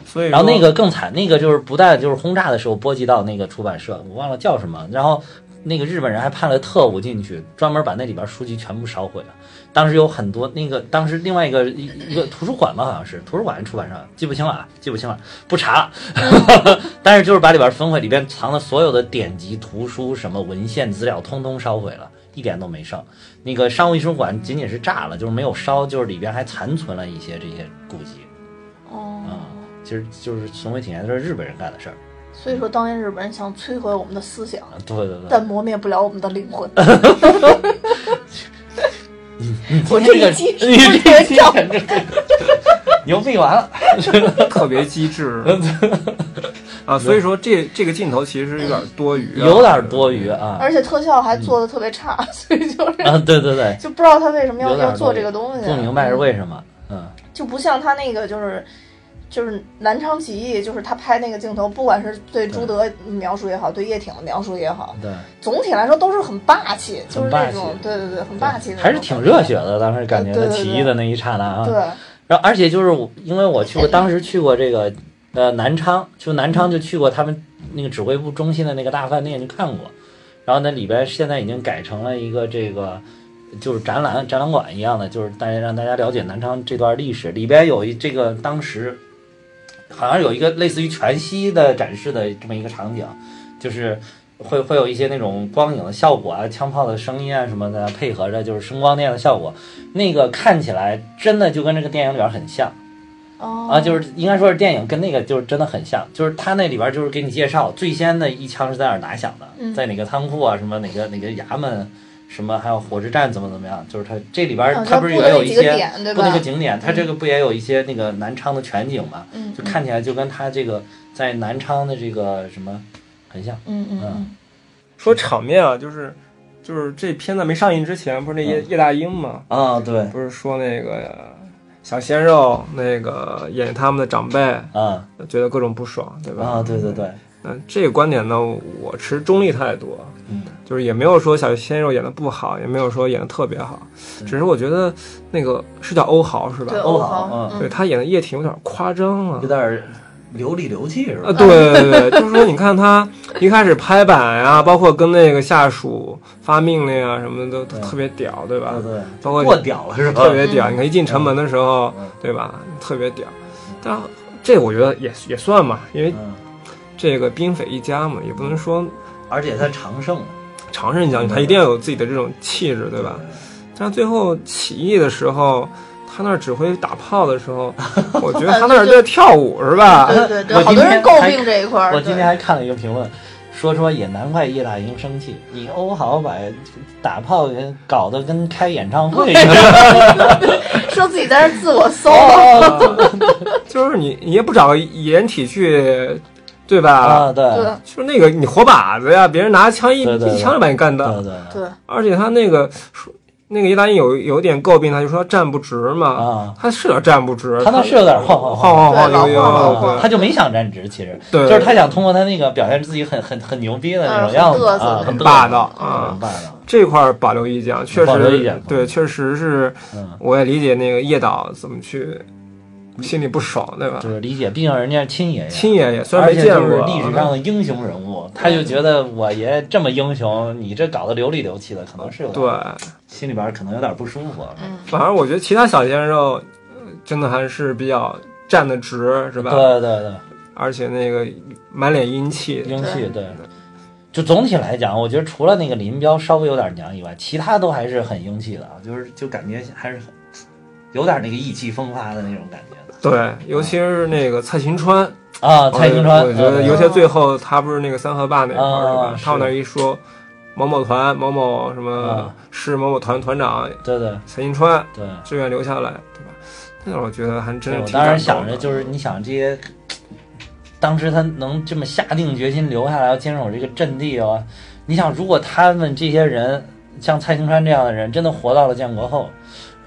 S3: 所以
S2: 然后那
S3: 说
S2: 个更惨，那个就是不但就是轰炸的时候波及到那个出版社，我忘了叫什么。然后那个日本人还派了特务进去，专门把那里边书籍全部烧毁了。当时有很多那个，当时另外一个一一个图书馆吧，好像是图书馆还是出版社，记不清了啊，记不清了，不查了。 但是就是把里边焚毁，里边藏的所有的典籍、图书、什么文献资料，通通烧毁了，一点都没剩。那个商务印书馆仅仅是炸了，就是没有烧，就是里边还残存了一些这些古籍。
S1: 哦
S2: 啊，其实就是从未体验，都是日本人干的事儿。
S1: 所以说当年日本人想摧毁我们的思想，
S2: 啊对对对
S1: 但，磨灭不了我们的灵魂。
S2: 我
S1: 这
S2: 个
S1: 一期
S2: 你
S1: 是
S2: 这一
S1: 这样
S2: 简直 牛逼完了。
S3: 特别 机智啊，所以说这这个镜头其实有点多余啊，
S2: 有点多余啊
S1: 而且特效还做的特别差，所以就是
S2: 啊！对对对，
S1: 就不知道他为什么要
S2: 有点
S1: 要做这个东西，啊
S2: 不明白是为什么。嗯，
S1: 就不像他那个就是。就是南昌起义，就是他拍那个镜头，不管是对朱德描述也好，对叶挺的描述也好，
S2: 对，
S1: 总体来说都是很霸气，就是
S2: 很霸
S1: 那
S2: 气
S1: 种对对对，很霸气的那种感觉，
S2: 还是挺热血的。当时感觉
S1: 对
S2: 在
S1: 对对
S2: 起义的那一刹那啊，
S1: 对，
S2: 然后而且就是我，因为我去过，当时去过这个呃南昌，就南昌就去过他们那个指挥部中心的那个大饭店去看过，然后那里边现在已经改成了一个这个就是展览展览馆一样的，就是大家让大家了解南昌这段历史，里边有一这个当时好像有一个类似于全息的展示的这么一个场景，就是。会会有一些那种光影的效果啊，枪炮的声音啊什么的，配合着就是声光电的效果，那个看起来真的就跟这个电影里边很像
S1: 哦
S2: 啊，就是应该说是电影跟那个就是真的很像，就是他那里边就是给你介绍最先的一枪是在哪儿打响的，
S1: 嗯
S2: 在哪个仓库啊，什么哪个哪个衙门，什么还有火车站怎么怎么样，就是他这里边
S1: 好
S2: 他
S1: 像
S2: 不是
S1: 布
S2: 也
S1: 的
S2: 有
S1: 那
S2: 一
S1: 几个
S2: 些
S1: 点对
S2: 布那个
S1: 吧？
S2: 景点，他这个不也有一些那个南昌的全景嘛，
S1: 嗯，
S2: 就看起来就跟他这个在南昌的这个什么很像，
S1: 嗯嗯嗯
S3: 说场面啊，就是就是这片子没上映之前，不是那
S2: 嗯
S3: 叶、叶大鹰嘛，
S2: 啊对
S3: 不是说那个呃小鲜肉那个演他们的长辈，
S2: 啊
S3: 觉得各种不爽，对吧？
S2: 啊对对对，
S3: 那这个观点呢，我持中立态度，啊
S2: 嗯
S3: 就是也没有说小鲜肉演的不好，也没有说演的特别好，
S2: 对
S3: 只是我觉得那个是叫欧豪是吧
S1: 对，？
S2: 欧
S1: 欧
S2: 豪
S1: 豪，
S2: 嗯
S3: 对他演的叶挺有点夸张了、啊
S2: 有点儿流里流气是吧
S3: 呃啊，？对对对，就是说，你看他一开始拍板呀、包括跟那个下属发命令啊什么的，都都特别屌，对吧？
S2: 啊对，
S3: 包括
S2: 嗯过屌了是吧？
S3: 特别屌。你看一进城门的时候
S2: 嗯，
S3: 对吧？特别屌。但这我觉得也也算嘛，因为
S2: 嗯，
S3: 这个兵匪一家嘛，也不能说
S2: 而且他常胜了，
S3: 常胜将军，他一定要有自己的这种气质，对吧？？但是最后起义的时候，他那儿指挥打炮的时候，我觉得他那儿在跳舞是吧？
S1: 对对对，
S2: 我
S1: 好多
S2: 今
S1: 人
S2: 天
S1: 诟
S2: 还
S1: 病这一块儿。
S2: 我今
S1: 对
S2: 天还看了一个评论，说说也难怪叶大鹰生气，你欧豪把打炮给搞得跟开演唱会一样。
S1: 说自己在这儿自我搜，
S3: 就是你你也不找个掩体去，对吧？
S2: 啊，对
S1: 对
S2: 对
S3: 就是那个你火靶子呀，别人拿枪一
S2: 对对对嗯
S3: 一枪就把你干到。
S2: 对对
S1: 对
S3: 而且他那个说那个意大利有有点诟病，他就说站不直嘛，
S2: 啊，
S3: 他是有点站不直，
S2: 他那是有点晃晃啊
S3: 晃晃晃
S1: 对老
S3: 悠
S1: 晃
S3: 悠，
S1: 晃
S2: 他就没想站直，其实
S3: 对，
S2: 就是他想通过他那个表现自己很很很牛逼的那种
S1: 嗯
S2: 样子
S1: 很嘚瑟
S2: 啊，
S1: 的
S2: 很
S3: 很霸道
S2: 嘚瑟很
S3: 啊。
S2: 霸道。
S3: 这块儿保留意见，确
S2: 嗯保留意见
S3: 实对，确实是，
S2: 嗯，
S3: 我也理解那个叶导怎么去心里不爽，对吧？
S2: 就是理解，毕竟人家是亲爷爷，
S3: 亲爷爷虽然
S2: 而
S3: 没
S2: 且
S3: 见
S2: 就
S3: 过嗯
S2: 是
S3: 啊，
S2: 历史上的英雄人物，他就觉得我爷这么英雄，你这搞得流里流气的，可能是有点
S3: 对，
S2: 心里边可能有点不舒服，
S1: 嗯
S3: 反而我觉得其他小鲜肉呃真的还是比较站得直，是吧？
S2: 对对对。
S3: 而且那个满脸阴气，
S2: 英气，对。就总体来讲，我觉得除了那个林彪稍微有点娘以外，其他都还是很英气的啊，就是就感觉还是很有点那个意气风发的那种感觉的
S3: 对，尤其是那个蔡秦川，
S2: 啊。蔡
S3: 我
S2: 金川，
S3: 哦我觉得
S2: 对
S3: 尤其最后他不是那个三河坝那块儿是
S2: 啊
S3: 吧？
S2: 是
S3: 他往那一说，某某团某某什么
S2: 啊
S3: 师某某团团长
S2: 对对
S3: 蔡秦川
S2: 对。
S3: 志愿留下来，对吧？那我觉得还真
S2: 对
S3: 是
S2: 我
S3: 挺
S2: 当
S3: 感
S2: 时想
S3: 动
S2: 着，
S3: 的。
S2: 就是你想这些，当时他能这么下定决心留下来，要坚守这个阵地啊、你想，如果他们这些人像蔡兴川这样的人，真的活到了建国后，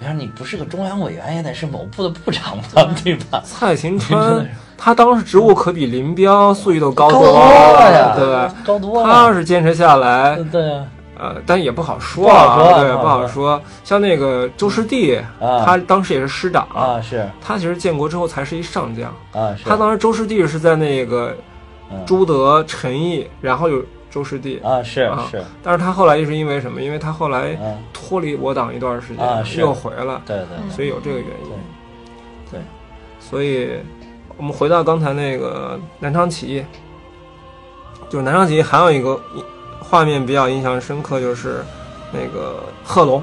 S2: 我想你不是个中央委员，也得是某部的部长吧，对吧？
S3: 蔡 秦
S2: 真的
S3: 川
S2: 是
S3: 他当时职务可比林彪、粟裕都高
S2: 高
S3: 多
S2: 多了
S3: 了
S2: 呀，
S3: 对吧？
S2: 高多
S3: 他要
S2: 了。
S3: 是坚持下来
S2: 对，对啊，
S3: 呃，但也不好说
S2: 不好
S3: 啊，
S2: 说
S3: 对，
S2: 不好
S3: 不好说。像那个周师弟，
S2: 啊
S3: 他当时也是师长，
S2: 啊是
S3: 他其实建国之后才是一上将。
S2: 啊是，
S3: 他当时周师弟是在那个
S2: 嗯
S3: 朱德、陈毅，然后有周师弟，
S2: 啊是
S3: 啊
S2: 是，
S3: 但是他后来又是因为什么？因为他后来
S2: 嗯
S3: 脱离我党一段时间，
S2: 啊是
S3: 又回来，
S2: 对对对
S3: 所以有这个原因。
S2: 对，
S3: 所以我们回到刚才那个南昌起义，就是南昌起义还有一个画面比较印象深刻，就是那个贺龙。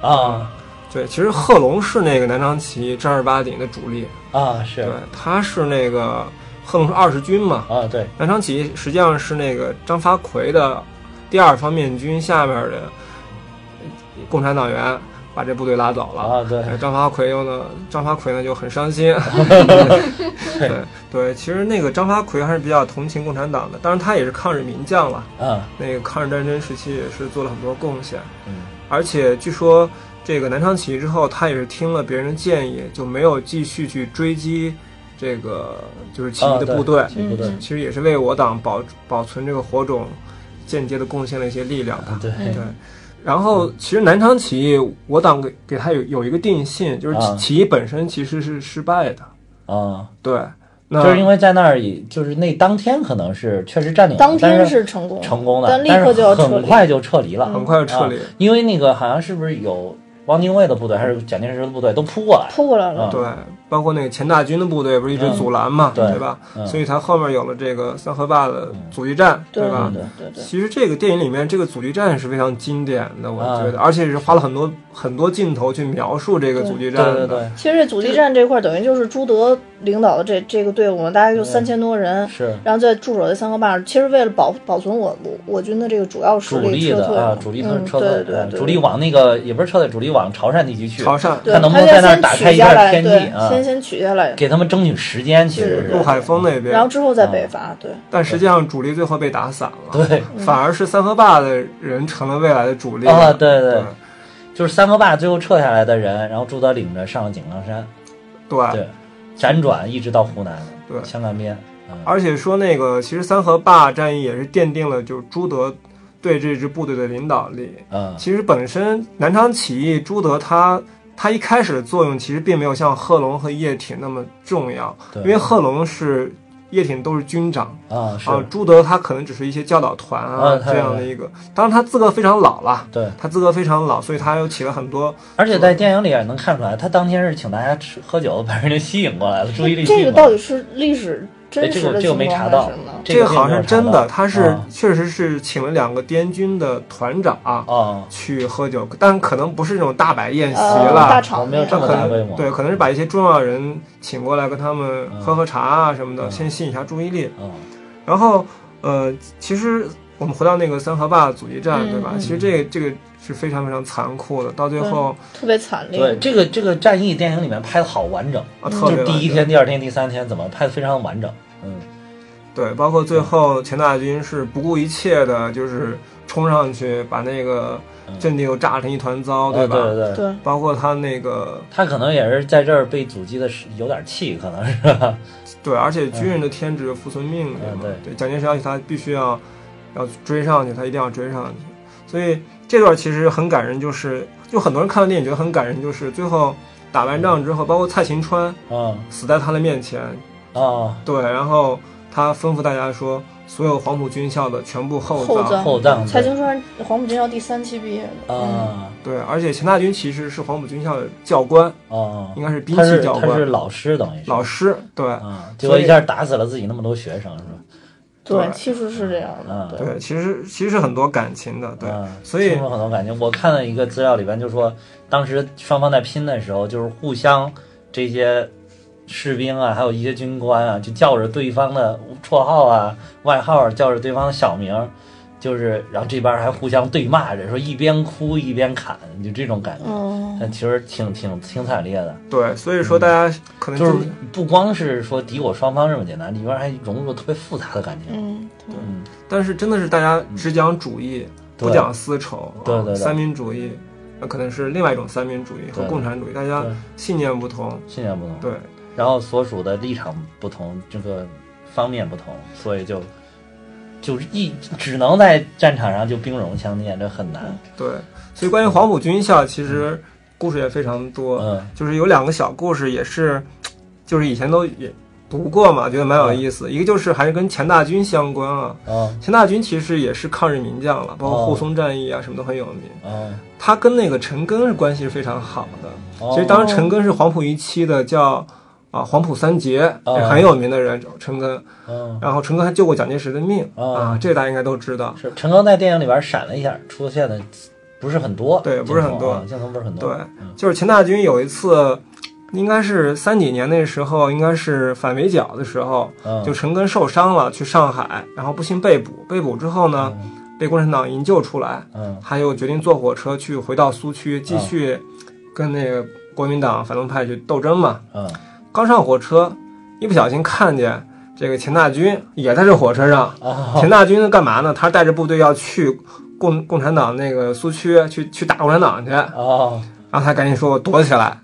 S2: 啊
S3: 对，其实贺龙是那个南昌起义正儿八经的主力，
S2: 啊
S3: 对
S2: 是，
S3: 他是那个贺龙是二十军嘛，
S2: 啊对
S3: 南昌起义实际上是那个张发奎的第二方面军下面的共产党员把这部队拉走了。
S2: 啊对
S3: 哎张发奎又呢，张发奎呢就很伤心。对对，其实那个张发奎还是比较同情共产党的，当然他也是抗日名将了，
S2: 嗯
S3: 那个抗日战争时期也是做了很多贡献，
S2: 嗯
S3: 而且据说这个南昌起义之后，他也是听了别人的建议，就没有继续去追击这个就是起义
S2: 啊
S3: 的
S2: 对
S3: 部队。
S2: 起义部队
S1: 嗯
S3: 其实也是为我党保保存这个火种，间接的贡献了一些力量吧。
S2: 对
S1: 嗯
S3: 对。然后，其实南昌起义，我党给给他有有一个定性，就是
S2: 啊
S3: 起起义本身其实是失败的。
S2: 啊，
S3: 对，那
S2: 就是因为在那儿以就是那当天可能是确实占领了，
S1: 当
S2: 但
S1: 天
S2: 是
S1: 是成功的，
S2: 成功的，
S1: 但立
S2: 但
S1: 刻
S2: 是
S1: 就要撤
S2: 很
S1: 离。嗯
S2: 快就撤离了，
S3: 很快就撤离。
S2: 啊因为那个好像是不是有汪精卫的部队还是蒋介石的部队都扑过来，
S1: 扑过来了，
S2: 啊
S3: 对，包括那个钱大钧的部队不是一直
S2: 嗯
S3: 阻拦嘛，
S2: 对
S3: 对吧？
S2: 嗯
S3: 所以才后面有了这个三河坝的阻击战，对吧？
S2: 对
S1: 对对，
S3: 其实这个电影里面这个阻击战是非常经典的，我
S2: 啊
S3: 觉得，而且是花了很多很多镜头去描述这个阻
S2: 对
S3: 击战的。
S2: 对对，
S1: 其实这阻击战这块儿等于就是朱德领导的这这个队伍，大概就三千多人，
S2: 是
S1: 然后在驻守在三河坝，其实为了保保存我我我军的这个主要实
S2: 主力
S1: 力撤
S2: 的
S1: 退
S2: 啊，
S1: 嘛，
S2: 主力
S1: 嗯
S2: 撤
S1: 对
S2: 退，
S1: 对对，
S2: 主力往那个也不是撤退，主力往潮汕地区去，
S3: 潮汕
S1: 对，
S2: 看能不
S1: 他
S2: 能
S1: 先
S2: 在那儿
S1: 先
S2: 打
S1: 取
S2: 开一
S1: 下
S2: 片
S1: 来
S2: 天地
S1: 对
S2: 啊
S1: 先先取下来，
S2: 给他啊们争取时间，其实是
S3: 陆海峰那边，
S1: 然后之后再北伐，对，
S3: 但实际上主力最后被打散了，
S2: 对，
S1: 嗯
S3: 反而是三河坝的人成了未来的主力
S2: 啊对对
S3: 对
S2: 就是三河坝最后撤下来的人，然后朱德领着上了井冈山，
S3: 对
S2: 对，辗转一直到湖南，
S3: 对
S2: 湘南边，嗯
S3: 而且说那个其实三河坝战役也是奠定了就是朱德对这支部队的领导力。
S2: 嗯，
S3: 其实本身南昌起义，朱德他他一开始的作用其实并没有像贺龙和叶挺那么重要，因为
S2: 对，
S3: 贺龙是叶挺都是军长
S2: 啊，是
S3: 啊，朱德他可能只是一些教导团啊
S2: 啊他
S3: 这样的一个，当然他资格非常老了，
S2: 对，
S3: 他资格非常老，所以他又起了很多
S2: 而且在电影里也能看出来，他当天是请大家吃喝酒，把人家吸引过来了，注意力吸引
S1: 这个
S2: 过来
S1: 到
S2: 了
S1: 底是历史真实的
S2: 哎这个这个
S1: 情
S2: 没
S1: 况
S2: 查
S1: 还
S2: 到
S1: 是什么？
S2: 这
S3: 这
S2: 个
S3: 个好像是真的，他是
S2: 啊
S3: 确实是请了两个滇军的团长、
S2: 啊，
S3: 去喝酒，但可能不是那种大摆宴席
S1: 呃，
S3: 了，
S1: 大场
S2: 我没有
S1: 面
S2: 这
S3: 他
S2: 么
S3: 可
S2: 大规模
S3: 能对，可能是把一些重要人请过来跟他们
S2: 嗯
S3: 喝喝茶啊什么的，
S2: 嗯
S3: 先吸引一下注意力。
S2: 嗯，
S3: 然后呃，其实我们回到那个三河坝阻击战，
S1: 嗯
S3: 对吧？
S1: 嗯
S3: 其实这个这个是非常非常残酷的，到最后
S1: 特别惨烈。
S2: 对，这个这个战役电影里面拍的好完整，
S3: 啊，
S1: 嗯
S3: 特
S2: 就
S3: 别
S2: 是
S3: 完
S2: 第一
S3: 整
S2: 天、第二天、第三天怎么拍的非常完整，嗯，
S3: 对，包括最后钱大军是不顾一切的，就是冲上去把那个
S2: 嗯
S3: 阵地又炸成一团
S2: 啊
S3: 糟，哦对
S2: 对
S3: 吧？
S2: 对对，
S1: 对，
S3: 包括他那个
S2: 他可能也是在这儿被阻击的是有点气，可能是吧，
S3: 对，而且军人的天职服从命令嘛
S2: 嗯，
S3: 对，蒋介石要求他必须要要追上去，他一定要追上去。所以这段其实很感人，就是就很多人看了电影觉得很感人，就是最后打完仗之后，包括蔡琴川
S2: 嗯
S3: 死在他的面前，
S2: 啊，
S3: 对，然后他吩咐大家说，所有黄埔军校的全部厚
S1: 厚葬
S2: 后葬
S1: 蔡
S2: 对
S1: 京川黄埔军校第三期毕业的，嗯，
S2: 啊
S3: 对，而且钱大军其实是黄埔军校的教官，
S2: 啊，
S3: 应该是嗯兵
S2: 他
S3: 器
S2: 是
S3: 教
S2: 他是
S3: 官，
S2: 老师等于是
S3: 老师，对
S2: 啊，结果一下打死了自己那么多学生是吧？
S1: 对
S3: 对，
S1: 其实是这样的
S2: 嗯，
S1: 对。
S3: 对，其实其实是很多感情的，对，
S2: 嗯
S3: 所以
S2: 听说很多感情。我看了一个资料里边就说，当时双方在拼的时候，就是互相这些士兵啊，还有一些军官啊，就叫着对方的绰号啊、外号啊，叫着对方的小名儿，就是然后这边还互相对骂着，说一边哭一边砍，就这种感觉。
S1: 嗯，
S2: 但其实挺挺挺惨烈的，
S3: 对，所以说大家可能
S2: 就是
S3: 真的
S2: 不光是说敌我双方这么简单，里边还融入了特别复杂的感情。
S1: 嗯，
S2: 嗯，
S3: 但是真的是大家只讲主义，
S2: 对
S3: 不讲丝绸，
S2: 对
S3: 啊
S2: 对对
S3: 三民主义，那可能是另外一种三民主义和
S2: 对
S3: 共产主义，大家
S2: 对
S3: 信念不同，
S2: 信念不同。
S3: 对
S2: 然后所属的立场不同，这个方面不同，所以就就一只能在战场上就兵戎相见，这很难。
S3: 对，所以关于黄埔军校，其实故事也非常多，
S2: 嗯
S3: 就是有两个小故事也是，就是以前都也读过嘛，觉得蛮有意思，一个就是还是跟钱大军相关啊。
S2: 啊
S3: 钱大军其实也是抗日名将了，包括
S2: 哦
S3: 护松战役啊什么都很有名。
S2: 啊！
S3: 他跟那个陈赓是关系是非常好的，
S2: 哦
S3: 其实当时陈赓是黄埔一期的，叫啊黄埔三杰，
S2: 哦
S3: 也很有名的人，陈赓。
S2: 嗯
S3: 然后陈赓还救过蒋介石的命
S2: 哦
S3: 啊，这大家应该都知道。
S2: 是陈刚在电影里边闪了一下，出现的不是很多，
S3: 对不是很多
S2: 镜头啊镜头不是很
S3: 对
S2: 多。，
S3: 就是钱大军有一次，应该是三几年那时候，应该是反围剿的时候，
S2: 嗯，
S3: 就陈赓受伤了，去上海，然后不幸被捕，被捕之后呢，被共产党营救出来，
S2: 嗯
S3: 他又决定坐火车去回到苏区，继
S2: 哦
S3: 续跟那个国民党反动派去斗争嘛。
S2: 嗯
S3: 刚上火车，一不小心看见这个钱大军也在这火车上。
S2: 啊
S3: 钱大军呢干嘛呢？他带着部队要去共共产党那个苏区去去打共产党去，然
S2: 啊
S3: 后他赶紧说我躲起来。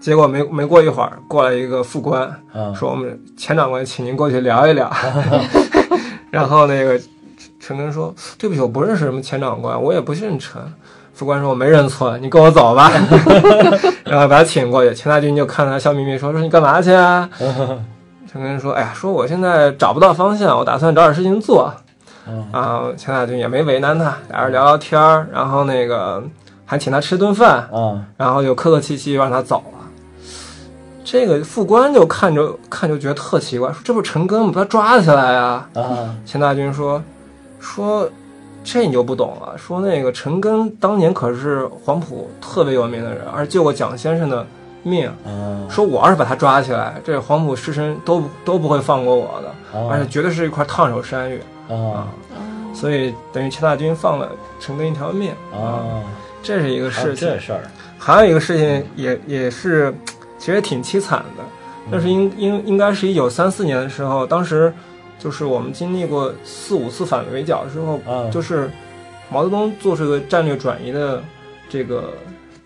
S3: 结果没没过一会儿，过来一个副官，
S2: 嗯
S3: 说我们钱长官，请您过去聊一聊。 然后那个陈根说：“对不起，我不认识什么钱长官，我也不认陈。”副官说：“我没认错，你跟我走吧。” 然后把他请过去，钱大军就看他笑眯眯说：“说你干嘛去啊？”陈根说：“哎呀，说我现在找不到方向，我打算找点事情做。”
S2: 嗯
S3: 啊，钱大军也没为难他，俩人聊聊天儿，然后那个还请他吃顿饭，
S2: 啊
S3: 然后就客客气气让他走了。这个副官就看着看就觉得特奇怪，说这不是陈赓吗？把他抓起来啊！
S2: 啊
S3: 钱大军说说这你就不懂了，说那个陈赓当年可是黄埔特别有名的人，而且救过蒋先生的命。
S2: 啊！
S3: 说我要是把他抓起来，这黄埔师生都不都不会放过我的，而且绝对是一块烫手山芋。
S2: 啊
S3: 所以等于钱大军放了陈赓一条命
S2: 啊啊！
S3: 这是一个事情。
S2: 这事儿，
S3: 还有一个事情也也是，其实也挺凄惨的，但是
S2: 嗯
S3: 应应应该是一九三四年的时候，当时就是我们经历过四五次反围剿之后，
S2: 嗯
S3: 就是毛泽东做出一个战略转移的这个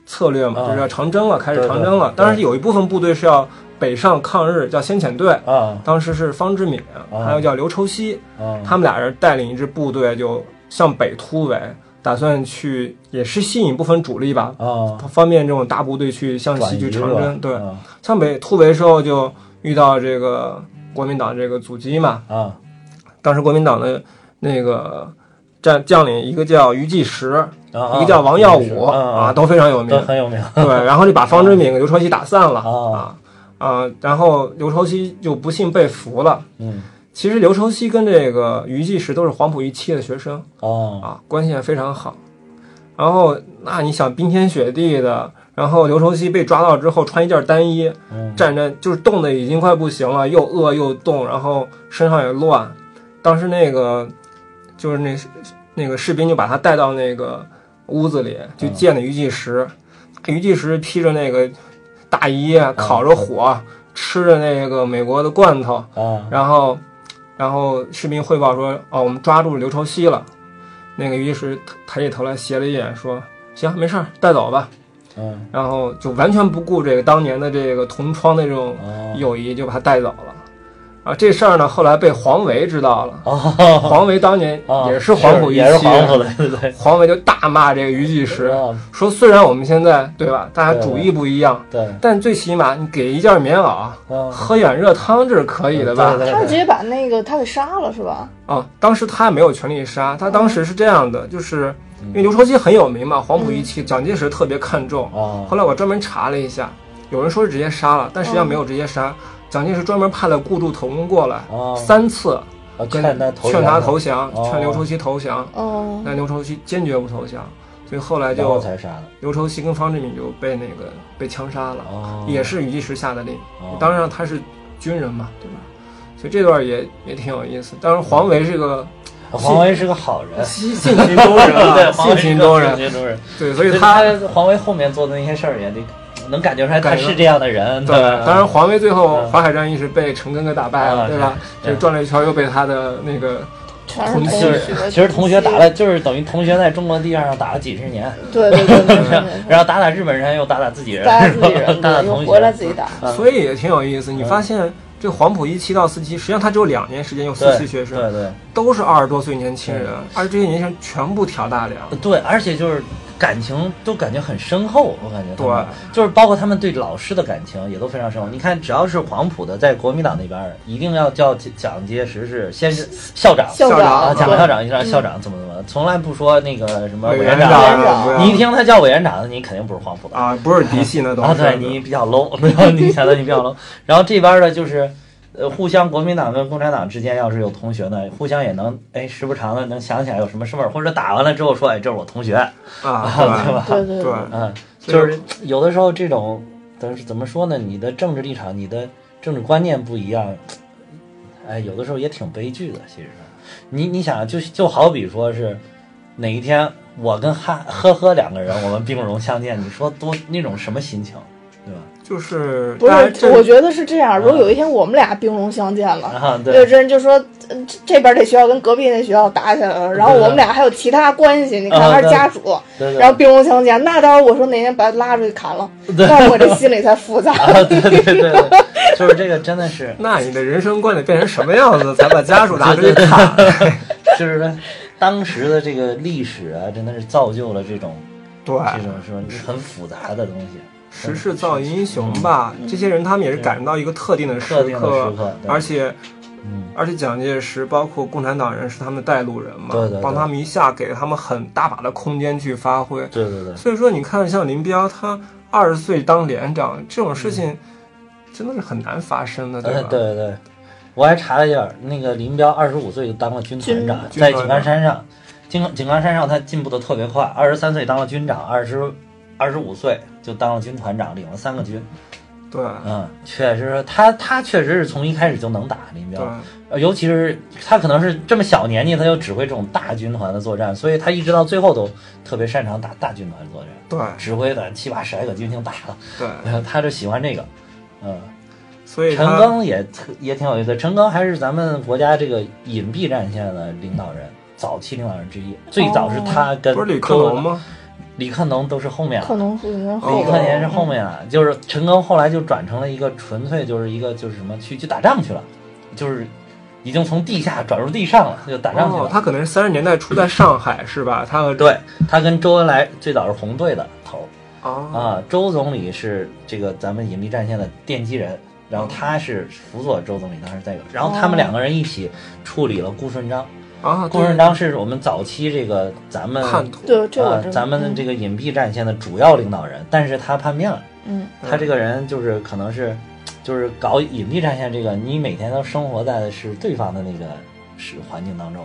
S3: 策略嘛，
S2: 啊
S3: 就是要长征了，开始
S2: 对
S3: 长征了
S2: 对。对
S3: 当时有一部分部队是要北上抗日，叫先遣队。
S2: 啊
S3: 当时是方志敏，
S2: 啊
S3: 还有叫刘畴西，
S2: 啊
S3: 他们俩人带领一支部队就向北突围，打算去也是吸引部分主力吧，
S2: 啊！
S3: 方便这种大部队去向
S2: 转
S3: 西去
S2: 移是
S3: 长
S2: 吧嗯
S3: 征。对，
S2: 啊
S3: 向北突围之后就遇到这个国民党这个阻击嘛。
S2: 啊，
S3: 当时国民党的那个战将领，一个叫于继时，
S2: 啊
S3: 一个叫王耀武
S2: 啊
S3: 啊，
S2: 啊，
S3: 都非常有名
S2: 都。很有名
S3: 对，然后就把方知敏、刘朝熙打散了
S2: 啊
S3: 啊啊，然后刘朝熙就不幸被俘了。
S2: 嗯，
S3: 其实刘朝熙跟这个于继时都是黄埔一期的学生
S2: 哦，
S3: 啊，关系也非常好。然后那你想冰天雪地的，然后刘朝熙被抓到之后穿一件单衣，
S2: 嗯，
S3: 站着就是冻得已经快不行了，又饿又冻，然后身上也乱。当时那个就是那那个士兵就把他带到那个屋子里，就见了于继时。于继时披着那个大衣，啊烤着火，吃着那个美国的罐头，
S2: 啊，
S3: 然后，然后士兵汇报说：“哦，我们抓住刘朝熙了。”那个于继时抬起头来斜了一眼，说：“行，没事儿，带走吧。
S2: 嗯，”
S3: 然后就完全不顾这个当年的这个同窗的这种
S2: 哦，
S3: 友谊，就把他带走了。啊，这事儿呢，后来被黄维知道了。
S2: 哦，
S3: 黄维当年
S2: 啊
S3: 也是黄埔一
S2: 也 是
S3: 期，
S2: 黄埔的，对对
S3: 黄维就大骂这个于继时，
S2: 对，
S3: 说：“虽然我们现在对吧，大家
S2: 对
S3: 主义不一样，
S2: 对，
S3: 但最起码你给一件棉袄，
S2: 啊，
S3: 喝碗热汤，这是可以的吧？”
S2: 对对
S1: 他
S2: 对
S1: 是直接把那个他给杀了是吧？
S3: 啊，当时他也没有权利杀，他当时是这样的，就是因为
S2: 嗯
S3: 刘朝熙很有名嘛，黄埔一期，蒋介石特别看重。
S2: 啊
S3: 后来我专门查了一下，有人说是直接杀了，但实际上没有直接杀，蒋介石专门派了顾祝同过来
S2: 啊，
S3: 三次
S2: 我
S3: 跟
S2: 劝他投
S3: 劝他
S2: 降
S3: 投降，
S2: 哦
S3: 劝刘朝熙投降，
S1: 哦，
S3: 但刘朝熙坚决不投降，所以后来
S2: 然后
S3: 就
S2: 才杀的，
S3: 刘朝熙跟方志敏就被那个被枪杀了，
S2: 哦，
S3: 也是于继时下的令。
S2: 哦，
S3: 当然他是军人嘛，对吧？所以这段也也挺有意思。当然黄维是个。
S2: 黄维是个好人，
S3: 信信群中 人
S2: 对，
S3: 啊，
S2: 黄维
S3: 信
S2: 是
S3: 群
S2: 个
S3: 中
S2: 信
S3: 人，
S2: 群中人。
S3: 对，所以
S2: 所以
S3: 他
S2: 他黄维后面做的那些事儿也得能感觉出来，他
S3: 感觉
S2: 是这样的人。
S3: 对，
S2: 吧
S3: 当然黄威最后
S2: 嗯
S3: 淮海战役是被陈赓给打败
S2: 嗯
S3: 了，对吧？
S2: 对
S3: 这转了一圈又被他的那个
S1: 全是
S3: 同
S1: 同
S3: 学
S2: 就
S1: 学
S2: 是，其实同学打了，就是等于同学在中国地面上打了几十年，
S1: 对对对对对对，
S2: 然后打打日本人，又打打自 己人，
S1: 大家自己人
S2: 打打
S1: 对，
S2: 同
S1: 又
S2: 学，
S1: 回来自己打。
S2: 嗯
S3: 所以也挺有意思。你发现这黄埔一期到四期，实际上他只有两年时间，有四期
S2: 对
S3: 学生
S2: 对对
S3: 都是二十多岁年轻人，而这些年轻人全部挑大梁。
S2: 对，而且就是感情都感觉很深厚，我感觉他们
S3: 对
S2: 就是包括他们对老师的感情也都非常深厚。你看，只要是黄埔的，在国民党那边儿一定要叫蒋介石是先是校长，
S1: 校
S2: 啊，
S3: 校
S2: 蒋
S1: 对
S2: 校长一上校长怎么怎么，从来不说那个什么
S3: 委
S1: 委
S2: 员
S3: 员
S1: 员长
S3: 不要
S2: 你一听他叫委员长，你肯定不是黄埔的
S3: 啊，不是嫡系那都
S2: 啊，
S3: 是
S2: 对你比较 low，然 后你想到你比较 low，然后这边呢就是，呃，互相国民党跟共产党之间要是有同学呢，互相也能哎时不常的能想起来有什么事儿，或者打完了之后说哎这是我同学，
S3: 啊，
S2: 对
S3: 对吧？
S2: 吧？
S1: 对对
S3: 对，
S2: 嗯，
S3: 所以
S2: 就是有的时候这种，但是怎么说呢？你的政治立场、你的政治观念不一样，哎，有的时候也挺悲剧的。其实，你你想，啊就就好比说是哪一天我跟哈呵呵两个人，我们兵戎相见，你说多那种什么心情，对吧？
S3: 就是
S1: 不
S3: 当然
S1: 是，
S3: 这
S1: 我觉得是这样。如果有一天我们俩兵戎相见了，
S2: 啊，
S1: 有
S2: 对，
S1: 人就说嗯这这边这学校跟隔壁那学校打起来了，然后我们俩还有其他关系，你看
S2: 啊
S1: 他是
S2: 对
S1: 家属，
S2: 对对
S1: 然后兵戎相见，那到时候我说哪天把他拉出去砍了，
S2: 对
S1: 那 我这心里才复杂。
S2: 啊，对对对对，对就是这个真的是，
S3: 那你的人生观得变成什么样子，才把家属拿出去看？
S2: 就是说当时的这个历史啊，真的是造就了这种
S3: 对，
S2: 这种说很复杂的东西。
S3: 时势造英雄吧，这些人他们也是赶上到一个特定的时
S2: 嗯特定的时
S3: 刻，
S2: 刻，对
S3: 而且
S2: 嗯，
S3: 而且蒋介石包括共产党人是他们的带路人嘛，
S2: 对对对
S3: 帮他们一下，给了他们很大把的空间去发挥。
S2: 对对对，
S3: 所以说，你看像林彪，他二十岁当连长这种事情，真的是很难发生的，
S2: 呃 嗯
S3: 吧？
S2: 对对对，我还查了一下，那个林彪二十五岁就当了军团长，
S3: 军
S2: 在
S3: 军团
S2: 井冈山上，井井冈山上他进步的特别快，二十三岁当了军长，二十二十五岁就当了军团长，领了三个军，
S3: 对
S2: 嗯，确实是他他确实是从一开始就能打林彪
S3: 对，
S2: 呃尤其是他可能是这么小年纪他就指挥这种大军团的作战，所以他一直到最后都特别擅长打大军团作战，
S3: 对
S2: 指挥的七八十来个军就打了，
S3: 对，
S2: 呃他就喜欢这个，嗯。
S3: 所以
S2: 陈
S3: 他
S2: 赓也特也挺有意思，陈赓还是咱们国家这个隐蔽战线的领导人，早期领导人之一。最早是他跟
S3: 哦不是李克农？吗？
S2: 李克农都是后面了，
S1: 可能是人
S3: 哦
S1: 后
S2: 李
S1: 边
S2: 克嗯年是后面了，就是陈赓后来就转成了一个纯粹就是一个就是什么去去打仗去了，就是已经从地下转入地上了，就打仗去了。
S3: 哦，他可能是三十年代初在上海是吧？他和
S2: 对他跟周恩来最早是红队的头儿啊
S3: 哦
S2: 啊，周总理是这个咱们隐蔽战线的奠基人，然后他是辅佐周总理，当时在，然后他们两个人一起处理了顾顺章。
S3: 啊，
S2: 顾顺章是我们早期这个咱们
S3: 叛徒，
S1: 对，这嗯我
S2: 呃
S1: 知道。
S2: 咱
S3: 嗯
S2: 们的这个隐蔽战线的主要领导人，但是他叛变了。
S1: 嗯，
S2: 他这个人就是可能是，就是搞隐蔽战线这个，你每天都生活在的是对方的那个是环境当中。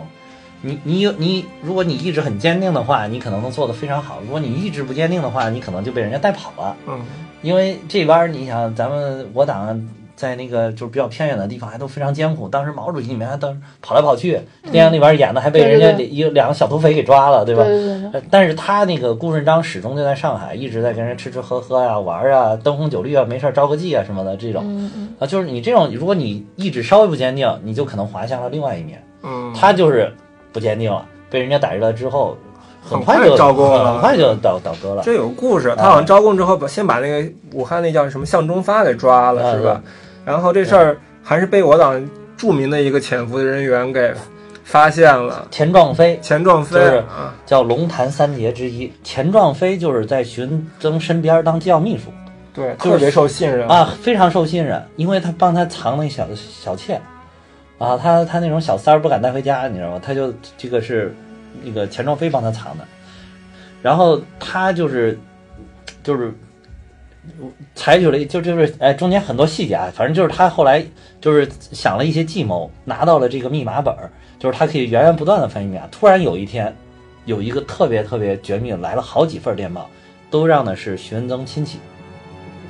S2: 你你有你，如果你意志很坚定的话，你可能能做得非常好；如果你意志不坚定的话，你可能就被人家带跑了。
S3: 嗯，
S2: 因为这边儿你想，咱们我党在那个就是比较偏远的地方还都非常艰苦。当时毛主席里面还当时跑来跑去，电影里边演的还被
S1: 嗯对
S2: 人家
S1: 对对
S2: 一两个小土匪给抓了，对
S1: 对
S2: 吧？
S1: 对对对，
S2: 呃但是他那个顾顺章始终就在上海，一直在跟人吃吃喝喝呀、玩儿啊、灯红酒绿啊、没事儿招个妓啊什么的这种
S1: 嗯嗯，
S2: 啊，就是你这种，如果你意志稍微不坚定，你就可能滑向了另外一面。
S3: 嗯，
S2: 他就是不坚定了，被人家逮着了之后，很
S3: 很快
S2: 就
S3: 招供了
S2: 很快就倒倒戈了。
S3: 这有故
S2: 啊
S3: 事，他好像招供之后，把先把那个武汉那叫什么向忠发给抓了，
S2: 啊
S3: 是吧？然后这事儿还是被我党著名的一个潜伏的人员给发现了，
S2: 钱壮飞
S3: 钱壮飞
S2: 就是
S3: 啊，
S2: 叫龙潭三杰之一，钱壮飞就是在徐峥身边当机要秘书
S3: 对，
S2: 就是
S3: 特别受信任，
S2: 啊，非常受信任，因为他帮他藏那小小妾，啊，他他那种小三儿不敢带回家，你知道吗？他就这个是那个钱壮飞帮他藏的，然后他就是就是采取了就就是哎，中间很多细节啊，反正就是他后来就是想了一些计谋，拿到了这个密码本儿，就是他可以源源不断的翻译密码。突然有一天，有一个特别特别绝密的来了好几份电报，都让的是徐文增亲戚，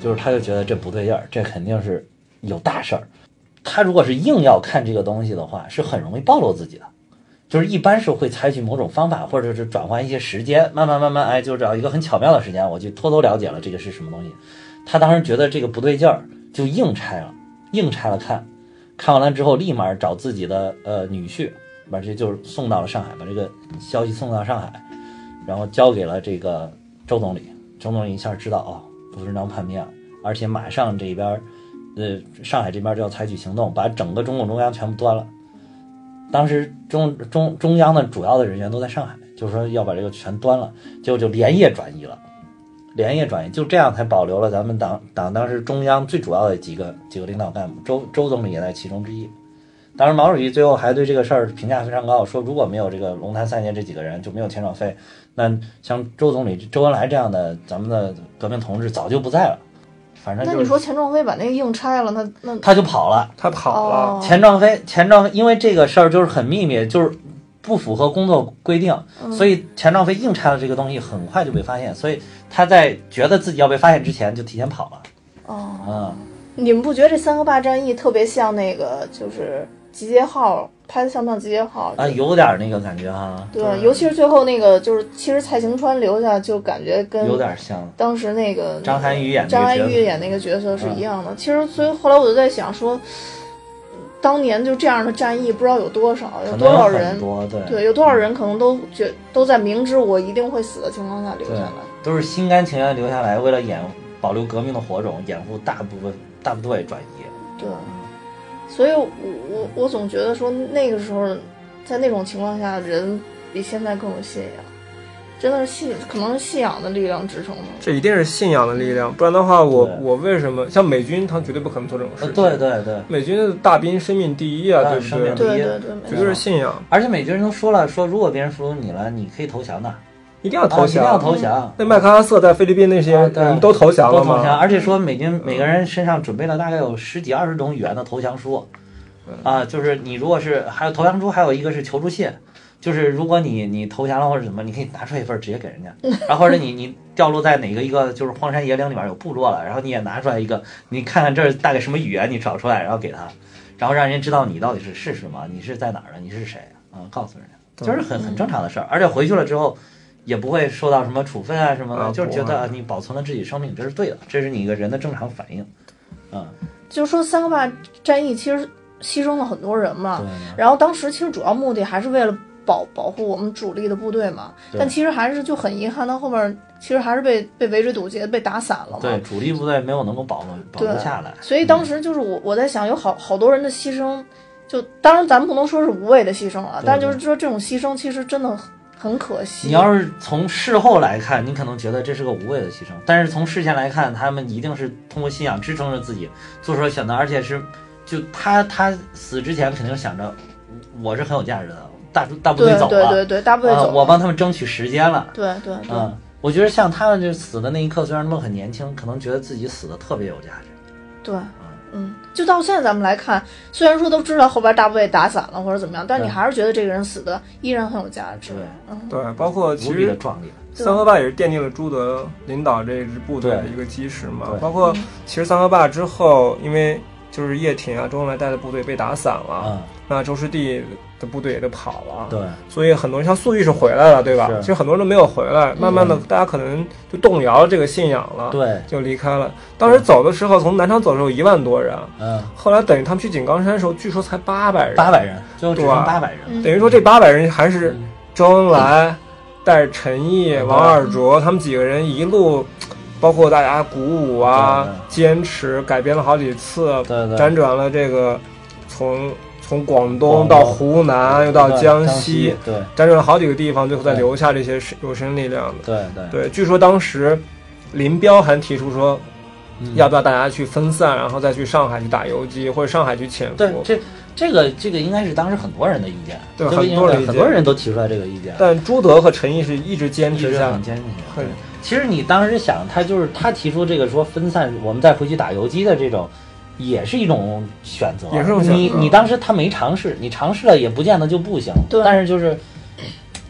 S2: 就是他就觉得这不对劲儿，这肯定是有大事儿。他如果是硬要看这个东西的话，是很容易暴露自己的。就是一般是会采取某种方法，或者是转换一些时间，慢慢慢慢，哎，就找一个很巧妙的时间，我就偷偷了解了这个是什么东西。他当时觉得这个不对劲儿，就硬拆了，硬拆了看，看完了之后立马找自己的呃女婿，把这就是送到了上海，把这个消息送到上海，然后交给了这个周总理。周总理一下知道哦，顾顺章叛变了，而且马上这边儿，呃，上海这边就要采取行动，把整个中共中央全部端了。当时中中中央的主要的人员都在上海，就是说要把这个全端了，结果就连夜转移了，连夜转移，就这样才保留了咱们党党当时中央最主要的几个几个领导干部，周周总理也在其中之一。当时毛主席最后还对这个事儿评价非常高，说如果没有这个龙潭三杰这几个人，就没有钱壮飞，那像周总理、周恩来这样的咱们的革命同志早就不在了。反正
S1: 那
S2: 就
S1: 你
S2: 是
S1: 说钱壮飞把那个硬拆了，那那
S2: 他就跑了，
S3: 他跑了，
S1: 哦
S2: 钱壮飞，钱壮飞，因为这个事儿就是很秘密，就是不符合工作规定，
S1: 嗯
S2: 所以钱壮飞硬拆了这个东西，很快就被发现，所以他在觉得自己要被发现之前就提前跑了。
S1: 哦，
S2: 嗯，
S1: 你们不觉得这三个坝战役特别像那个就是集结号拍的像不像集结号
S2: 啊，有点那个感觉哈，
S1: 对，
S3: 对
S1: 尤其是最后那个，就是其实蔡行川留下就感觉跟
S2: 有点像。
S1: 当时那个
S2: 张涵予演那个
S1: 张涵
S2: 角色嗯
S1: 予演那个角色是一样的。其实，所以后来我就在想说，当年就这样的战役不知道有多少，
S2: 可
S1: 有
S2: 能
S1: 呃多少
S2: 很
S1: 人，
S2: 多对
S1: 对，有多少人可能都觉都在明知我一定会死的情况下留下来。
S2: 都是心甘情愿留下来，为了掩保留革命的火种，掩护大部分呃大部队转移。
S1: 对，所以我我我总觉得说那个时候，在那种情况下，人比现在更有信仰，真的是信，可能是信仰的力量支撑吧。
S3: 这一定是信仰的力量，不然的话我，
S2: 对
S3: 我为什么像美军，他绝对不可能做这种事
S2: 呃，
S3: 情，
S2: 对，对对，
S3: 美军的大兵生命第一啊，
S2: 啊
S3: 对不
S2: 生命
S3: 对？
S2: 第一
S1: 对对对，没
S3: 绝
S1: 错。
S3: 对是信仰，
S2: 而且美军人都说了，说如果别人俘虏你了，你可以投降的，
S3: 一定要投
S2: 啊一定要
S3: 降。
S2: 投降。
S3: 那麦克阿瑟在菲律宾那些
S2: 啊对
S3: 人都投降
S2: 都
S3: 了
S2: 投降，
S3: 吗？嗯
S2: 而且说美军每个人身上准备了大概有十几二十种语言的投降书，啊，就是你如果是还有投降书，还有一个是求助信，就是如果你你投降了或者什么，你可以拿出来一份直接给人家，然后或者你你掉落在哪个一个就是荒山野岭里面有部落了，然后你也拿出来一个，你看看这儿大概什么语言你找出来，然后给他，然后让人家知道你到底是是什么，你是在哪儿的，你是谁啊，告诉人家，就是
S3: 嗯
S2: 很很正常的事儿，而且回去了之后。也不会受到什么处分啊什么
S3: 啊
S2: 的，就是觉
S3: 不会
S2: 得啊你保存了自己生命，这是对的，这是你一个人的正常反应。嗯，
S1: 就是说三个坝战役其实牺牲了很多人嘛，
S2: 对
S1: 然后当时其实主要目的还是为了保保护我们主力的部队嘛，
S2: 对
S1: 但其实还是就很遗憾，到后面其实还是被被围追堵截，被打散了
S2: 对，
S1: 嘛。
S2: 主力部队没有能够保护保护
S1: 对
S2: 下来。
S1: 所以当时就是我我在想，有好好多人的牺牲，就当然咱们不能说是无谓的牺牲啊，
S2: 对
S1: 但就是说这种牺牲其实真的很可惜。
S2: 你要是从事后来看，你可能觉得这是个无谓的牺牲，但是从事前来看，他们一定是通过信仰支撑着自己做出了选择，而且是就他他死之前肯定想着我是很有价值的，大大部队
S1: 对
S2: 走
S1: 对
S2: 了
S1: 对对，大部队
S2: 啊，
S1: 走了，
S2: 我帮他们争取时间了。
S1: 对对对
S2: 嗯，我觉得像他们就死的那一刻，虽然他们很年轻，可能觉得自己死的特别有价值。
S1: 对，
S2: 啊
S1: 嗯，就到现在咱们来看，虽然说都知道后边大部队打散了或者怎么样，但你
S2: 对
S1: 还是觉得这个人死的依然很有价值
S2: 对。
S1: 嗯，
S3: 对，包括呃其
S2: 无比的
S3: 实
S2: 壮烈。
S3: 桑河坝也是奠定了朱德领导这支部队的
S2: 对
S3: 一个基石嘛
S2: 对。
S3: 包括
S1: 嗯
S3: 其实桑河坝之后，因为就是叶挺啊、周恩来带的部队被打散了，
S2: 嗯，
S3: 那周士第的部队也都跑了，
S2: 对，
S3: 所以很多人像粟裕是回来了，对吧？
S2: 是嗯
S3: 其实很多人都没有回来，慢慢的大家可能就动摇了这个信仰了，
S2: 对，
S3: 就离开了。当时走的时候，从南昌走的时候一万多人，
S2: 嗯，
S3: 后来等于他们去井冈山的时候，据说才八百人，
S2: 八百人，最后只剩
S3: 对啊
S2: 八百人了。
S1: 嗯
S3: 等于说这八百人还是
S2: 嗯
S3: 周恩来、带着陈毅、
S2: 嗯
S3: 王二卓他们几个人一路，包括大家鼓舞啊
S2: 对对、
S3: 坚持，改编了好几次，
S2: 对对，
S3: 辗转了这个从从广
S2: 广东
S3: 东到湖南，又到
S2: 对
S3: 江
S2: 西
S3: 西，，
S2: 对
S3: 辗转了好几个地方，最后再
S2: 对
S3: 留下这些是有生力量的。
S2: 对对，
S3: 对，据说当时林彪还提出说，
S2: 嗯
S3: 要不要大家去分散，然后再去上海去打游击，或者上海去潜
S2: 对
S3: 伏？
S2: 这这个这个应该是当时很多人的意见，
S3: 对
S2: 这个
S3: 很
S2: 应
S3: 多
S2: 该
S3: 人的意见
S2: 很多人都提出来这个意见，
S3: 但朱德和陈毅是一直坚
S2: 一
S3: 持
S2: 直
S3: 下
S2: 很，坚定。
S3: 很
S2: 对其实你当时想，他就是他提出这个说分散，我们再回去打游击的这种。也是一种选择，
S3: 也是一种选择嗯
S2: 你你当时他没尝试，你尝试了也不见得就不行。
S1: 对
S2: 但是就是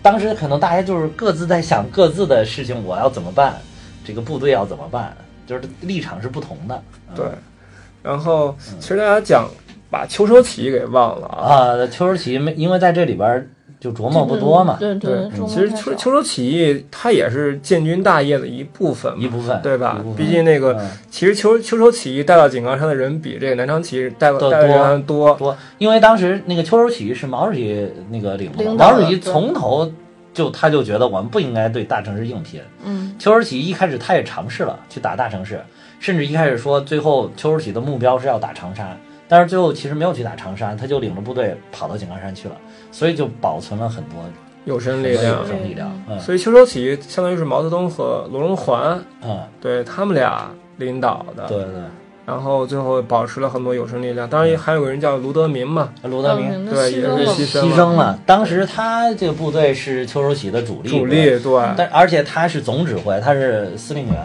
S2: 当时可能大家就是各自在想各自的事情，我要怎么办，这个部队要怎么办，就是立场是不同的。嗯
S3: 对。然后其实大家讲把秋收起义给忘了啊。
S2: 啊，丘尔奇没，因为在这里边儿就琢磨不多嘛，嗯
S1: 对对，
S2: 哦
S3: 其实秋秋收起义它也是建军大业的一部分嘛，
S2: 一部分
S3: 对
S2: 一
S3: 吧
S2: 部？分
S3: 毕竟那个
S2: 嗯
S3: 其实秋秋收起义带到井冈山的人比这个南昌起义带
S2: 多
S3: 带的人还多，
S2: 多，因为当时那个丘尔起义是毛主席那个领的嘛，
S1: 领导
S2: 毛
S1: 的
S2: 主席
S1: 对
S2: 从头就他就觉得我们不应该对大城市硬拼。
S1: 嗯，
S2: 丘尔起义一开始他也尝试了去打大城市，甚至一开始说最后丘尔起义的目标是要打长沙，但是最后其实没有去打长沙，他就领着部队跑到井冈山去了，所以就保存了很多
S3: 有生
S2: 很
S3: 力
S2: 多
S3: 量
S2: 有。生力量。嗯
S3: 所以秋收起义相当于是毛泽东和罗荣桓
S2: 嗯，
S3: 对他们俩领导的，
S2: 对对，
S3: 然后最后保持了很多有生力量。当然
S2: 嗯
S3: 也还有个人叫卢德铭嘛，
S2: 卢德铭
S1: 嗯那
S3: 对，
S1: 牺
S3: 也
S1: 牲
S3: 是
S1: 了
S3: 牺
S2: 牺
S3: 了
S2: 牲了。当时他这个部队是丘处喜的主力，
S3: 主力，对，
S2: 但而且他是总指挥，他是司令员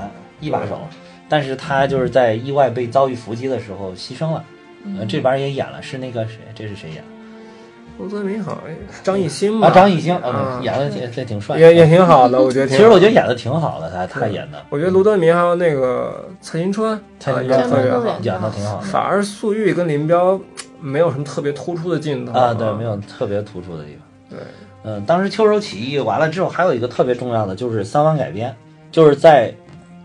S2: 一把手，但是他就是在意外被遭遇伏击的时候牺牲了。呃这边也演了，是那个谁？这是谁演？
S3: 卢德铭好像张艺兴嘛，
S2: 啊，张艺兴，
S3: 啊
S2: 嗯，演的也这挺帅。嗯
S3: 也也挺好的，我觉得挺啊
S2: 其
S3: 好。
S2: 实我觉得演的挺好的，他他演的
S3: 我觉得卢德铭还有那个蔡金川，
S2: 蔡
S3: 啊
S2: 金
S3: 也
S2: 川
S3: 特别
S1: 对
S3: 好。
S2: 演的挺好的
S3: 反而粟裕跟林彪嘖没有什么特别突出的镜头
S2: 啊，对，没。有特别突出的地方。
S3: 对，
S2: 嗯，当时秋收起义完了之后，还有一个特别重要的就是三湾改编，就是在，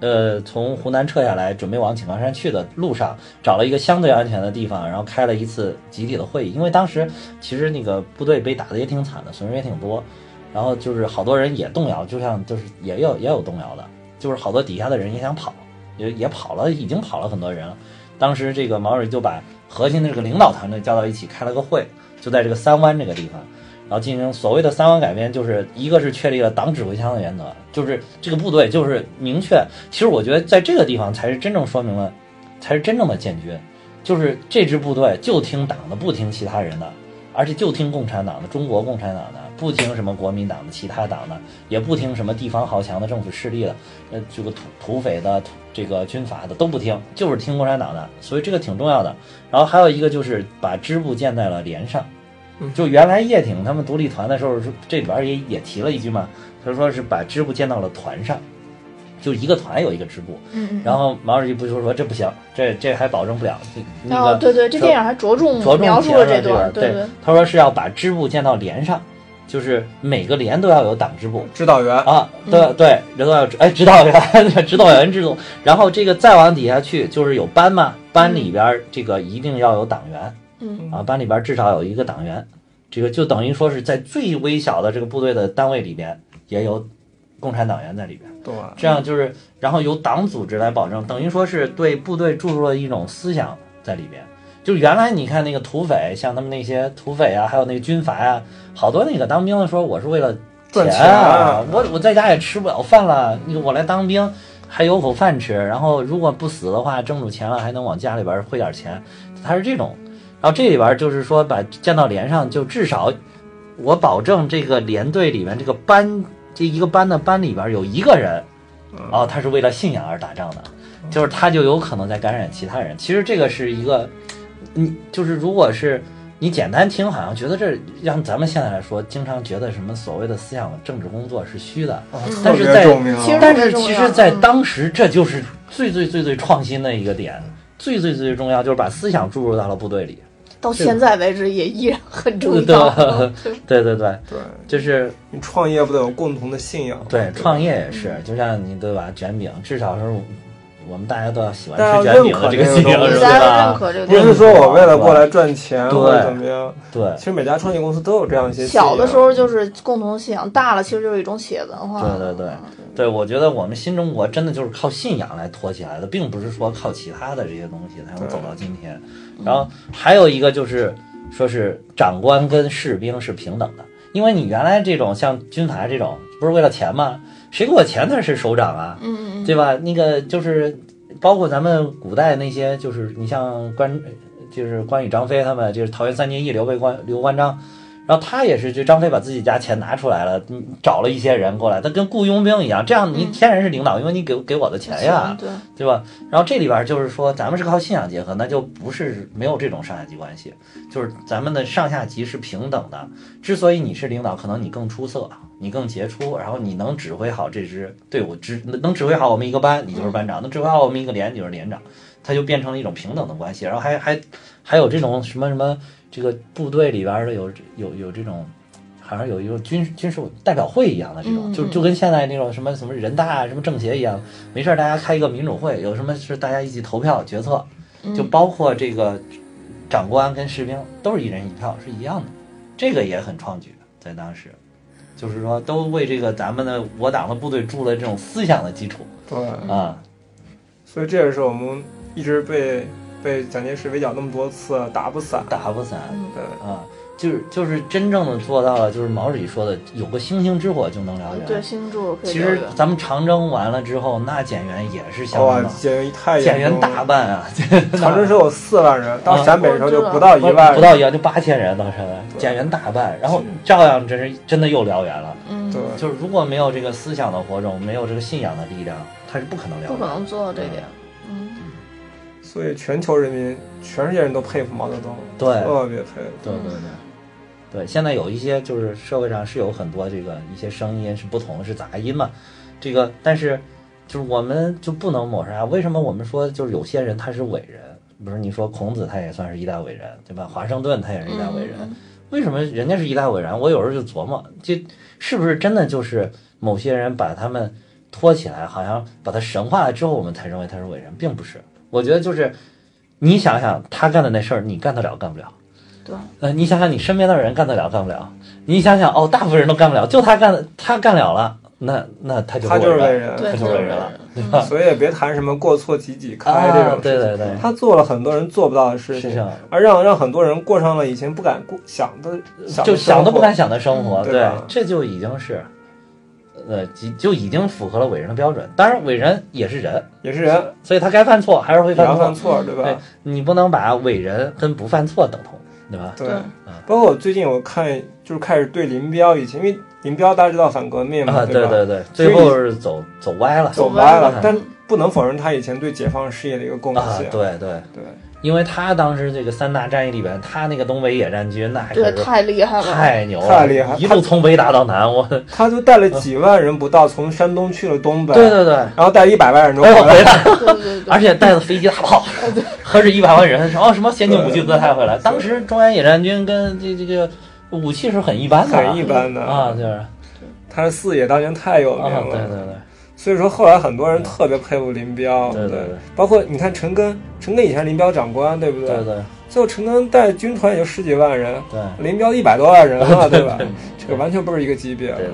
S2: 呃，从湖南撤下来，准备往井冈山去的路上，找了一个相对安全的地方，然后开了一次集体的会议。因为当时其实那个部队被打的也挺惨的，损失也挺多，然后就是好多人也动摇，就像就是也有也有动摇的，就是好多底下的人也想跑，也也跑了，已经跑了很多人了。当时这个毛主席就把核心的这个领导团队叫到一起开了个会，就在这个三湾这个地方。然后进行所谓的三湾改编，就是一个是确立了党指挥枪的原则，就是这个部队就是明确。其实我觉得在这个地方才是真正说明了，才是真正的建军，就是这支部队就听党的，不听其他人的，而且就听共产党的、中国共产党的，不听什么国民党的、其他党的，也不听什么地方豪强的政府势力的，呃，这个土土匪的、土这个军阀的都不听，就是听共产党的，所以这个挺重要的。然后还有一个就是把支部建在了连上。就原来叶挺他们独立团的时候，是这里边也也提了一句嘛，他说是把支部建到了团上，就一个团有一个支部。
S1: 嗯嗯。
S2: 然后毛主席不就说这不行，这这还保证不了。这那
S1: 哦，
S2: 个
S1: 对对，这电影还着重
S2: 着重
S1: 描述
S2: 提
S1: 了
S2: 这
S1: 段，
S2: 对
S1: 对，嗯
S2: 他说是要把支部建到连上，就是每个连都要有党支部。
S3: 指导员
S2: 啊，
S1: 嗯
S2: 对对，指导员，哎，指导 员，指导员制度。然后这个再往底下去，就是有班嘛，班里边儿这个一定要有党员，
S1: 嗯
S2: 啊，班里边儿至少有一个党员，这个就等于说是在最微小的这个部队的单位里边也有共产党员在里边，
S3: 对，
S2: 这样就是，然后由党组织来保证，等于说是对部队注入了一种思想在里边。就原来你看那个土匪，像他们那些土匪啊，还有那个军阀啊，好多那个当兵的说我是为了
S3: 赚
S2: 钱
S3: 钱啊
S2: 我我在家也吃不了饭了，你我来当兵还有口饭吃，然后如果不死的话，挣着钱了还能往家里边汇点钱，他是这种。然后这里边就是说把降到连上，就至少我保证这个连队里面这个班这一个班的班里边有一个人，
S3: 嗯
S2: 哦，他是为了信仰而打仗的，就是他就有可能在感染其他人。其实这个是一个，你就是如果是你简单听，好像觉得这让咱们现在来说，经常觉得什么所谓的思想政治工作是虚的，
S3: 啊
S1: 嗯
S3: 特
S2: 但是
S3: 别
S2: 在
S3: 重要。
S1: 其实
S2: 但
S1: 特别
S2: 是其
S1: 重要
S2: 实，在当时这就是最最最最创新的一个点，最最最重要就是把思想注入到了部队里。
S1: 到现在为止也依然很重
S2: 对
S1: 要。嗯
S2: 对对对，
S3: 对
S2: 就是
S3: 你创业不得有共同的信仰吗？
S2: 对
S3: 吧
S2: 创业也是，就像你对吧，卷饼，至少是我们大家都要喜欢
S3: 大家
S2: 吃卷
S3: 要认
S2: 饼的
S3: 可
S2: 这个
S3: 这个
S2: 信
S3: 东
S2: 仰，
S3: 西
S2: 是
S1: 大家都认
S2: 吧？
S1: 可这个
S3: 不
S1: 东西。
S2: 认
S3: 是说我为了过来赚钱
S2: 对
S3: 或者怎么样，
S2: 对。
S3: 其实每家创业公司都有这样一些信仰
S1: 小的时候就是共同信仰，大了其实就是一种企业文化。嗯
S2: 对对对对，我觉得我们新中国真的就是靠信仰来托起来的，并不是说靠其他的这些东西才能走到今天。然后还有一个就是说是长官跟士兵是平等的，因为你原来这种像军阀这种，不是为了钱吗？谁给我钱他是首长啊，
S1: 嗯嗯
S2: 对吧？那个就是包括咱们古代那些，就是你像关，就是关羽、张飞他们，就是桃园三结义，刘备、关刘关张，然后他也是，就张飞把自己家钱拿出来了，嗯找了一些人过来，他跟雇佣兵一样，这样你
S1: 嗯
S2: 天然是领导，因为你给给我的钱哎呀
S1: 嗯，，对，
S2: 对吧？然后这里边就是说，咱们是靠信仰结合，那就不是没有这种上下级关系，就是咱们的上下级是平等的。之所以你是领导，可能你更出色，啊你更杰出，然后你能指挥好这支队伍，指能指挥好我们一个班，你就是班长；能指挥好我们一个连，你就是连长。它就变成了一种平等的关系，然后还还还有这种什么什么，这个部队里边的有有有这种，好像有一种军军事代表会一样的这种，
S1: 嗯
S2: 就
S1: 嗯
S2: 就跟现在那种什么什么人大啊、什么政协一样，没事儿大家开一个民主会，有什么是大家一起投票决策，
S1: 嗯
S2: 就包括这个长官跟士兵都是一人一票是一样的，这个也很创举，在当时，就是说都为这个咱们的我党的部队筑了这种思想的基础
S3: 对，
S1: 嗯
S2: 啊，
S3: 所以这也是我们一直被被蒋介石围剿那么多次打不散。
S2: 打不散
S1: 嗯
S3: 对，
S2: 啊，就是就是真正的做到了，就是毛主席说的，有个星星之火就能燎原。
S1: 对，星柱可以
S2: 其
S1: 留
S2: 实
S1: 着。
S2: 咱们长征完了之后，那减员也是相
S3: 哇
S2: 当的，，
S3: 减员太
S2: 减
S3: 严
S2: 员
S3: 重
S2: 大
S3: 了。
S2: 半 啊，
S3: 长征时候有四万人，到
S2: 啊
S3: 陕北的时候就不到一
S2: 不
S3: 万人，
S2: 不到一万就八千人到现在，
S3: 对
S2: 减员大半，然后照样真是真的又燎原了。
S1: 嗯，
S3: 对，
S2: 就是如果没有这个思想的火种，没有这个信仰的力量，它是不可能了解
S1: 不可能做到这点。嗯，
S3: 所以全球人民、全世界人都佩服毛泽东，
S2: 对
S3: 特别佩服。
S2: 对对对，对，现在有一些就是社会上是有很多这个一些声音是不同的，是杂音嘛，这个但是就是我们就不能抹杀。为什么我们说就是有些人他是伟人？比如你说孔子他也算是一代伟人，对吧？华盛顿他也是一代伟人，
S1: 嗯
S2: 为什么人家是一代伟人？我有时候就琢磨，这是不是真的就是某些人把他们托起来，好像把他神化了之后，我们才认为他是伟人，并不是。我觉得就是你想想他干的那事儿，你干得了干不了？
S1: 对，
S2: 呃，你想想你身边的人干得了干不了？你想想哦，大部分人都干不了，就他干的，他干了了，那那他就
S3: 他就是
S2: 伟
S3: 伟
S2: 人。
S3: 人，
S1: 对，
S2: 太
S1: 就
S2: 多
S1: 是
S2: 人了
S1: 嗯
S3: 所以也别谈什么过错几几开
S2: 啊
S3: 这种
S2: 对对
S3: 事情，
S2: 对，
S3: 他做了很多人做不到的事
S2: 是
S3: 情
S2: 这，样，
S3: 而让让很多人过上了以前不敢过想的，想
S2: 就
S3: 的生
S2: 想都不
S3: 活
S2: 敢想的生活，
S3: 嗯对
S2: 对
S3: 吧，
S2: 这就已经是，呃，就就已经符合了伟人的标准。当然，伟人也是人，
S3: 也是人，
S2: 所以他该犯错还是会
S3: 也要
S2: 犯
S3: 犯
S2: 错。
S3: 错，对
S2: 对
S3: 吧？，
S2: 你不能把伟人跟不犯错等同，对吧？
S3: 对
S1: 对
S3: 包括我最近我看就是开始对林彪以前，因为林彪大家知道反革命嘛，
S2: 啊，对
S3: 吧？
S2: 对对，
S3: 所以
S2: 最后是走走歪了
S3: 走
S1: 歪
S3: 歪了
S2: 了，
S3: 但不能否认他以前对解放事业的一个贡
S2: 啊
S3: 献，，
S2: 对对，
S3: 对
S2: 因为他当时这个三大战役里边，他那个东北野战军那可
S1: 对，
S2: 是
S1: 太厉害了。
S2: 太牛了，
S3: 太厉害
S2: 一路从北打到南，我，对
S3: 他就带了几万人不到，从山东去了东北，
S2: 对对，
S3: 然后带一百万人都
S2: 哎呦
S3: 回来，
S2: 回来。
S1: 对对对
S2: 而且带了飞机大炮， 合着一百万人，然哦后什么先进武器都带回来。当时中原野战军跟这这个武器是很一般的啊，
S3: 很一般的啊
S2: 啊，就是啊，
S3: 他是四野当年太有名
S2: 对
S3: 了，
S2: 对对
S3: 所以说后来很多人特别佩服林彪，
S2: 对对对
S3: 包括你看陈赓，陈赓以前是林彪长官，对不
S2: 对对
S3: 最后陈赓带军团也就十几万人，
S2: 对
S3: 林彪一百多万人了，对吧？这个
S2: 对
S3: 完全不是一个级别。
S2: 对对，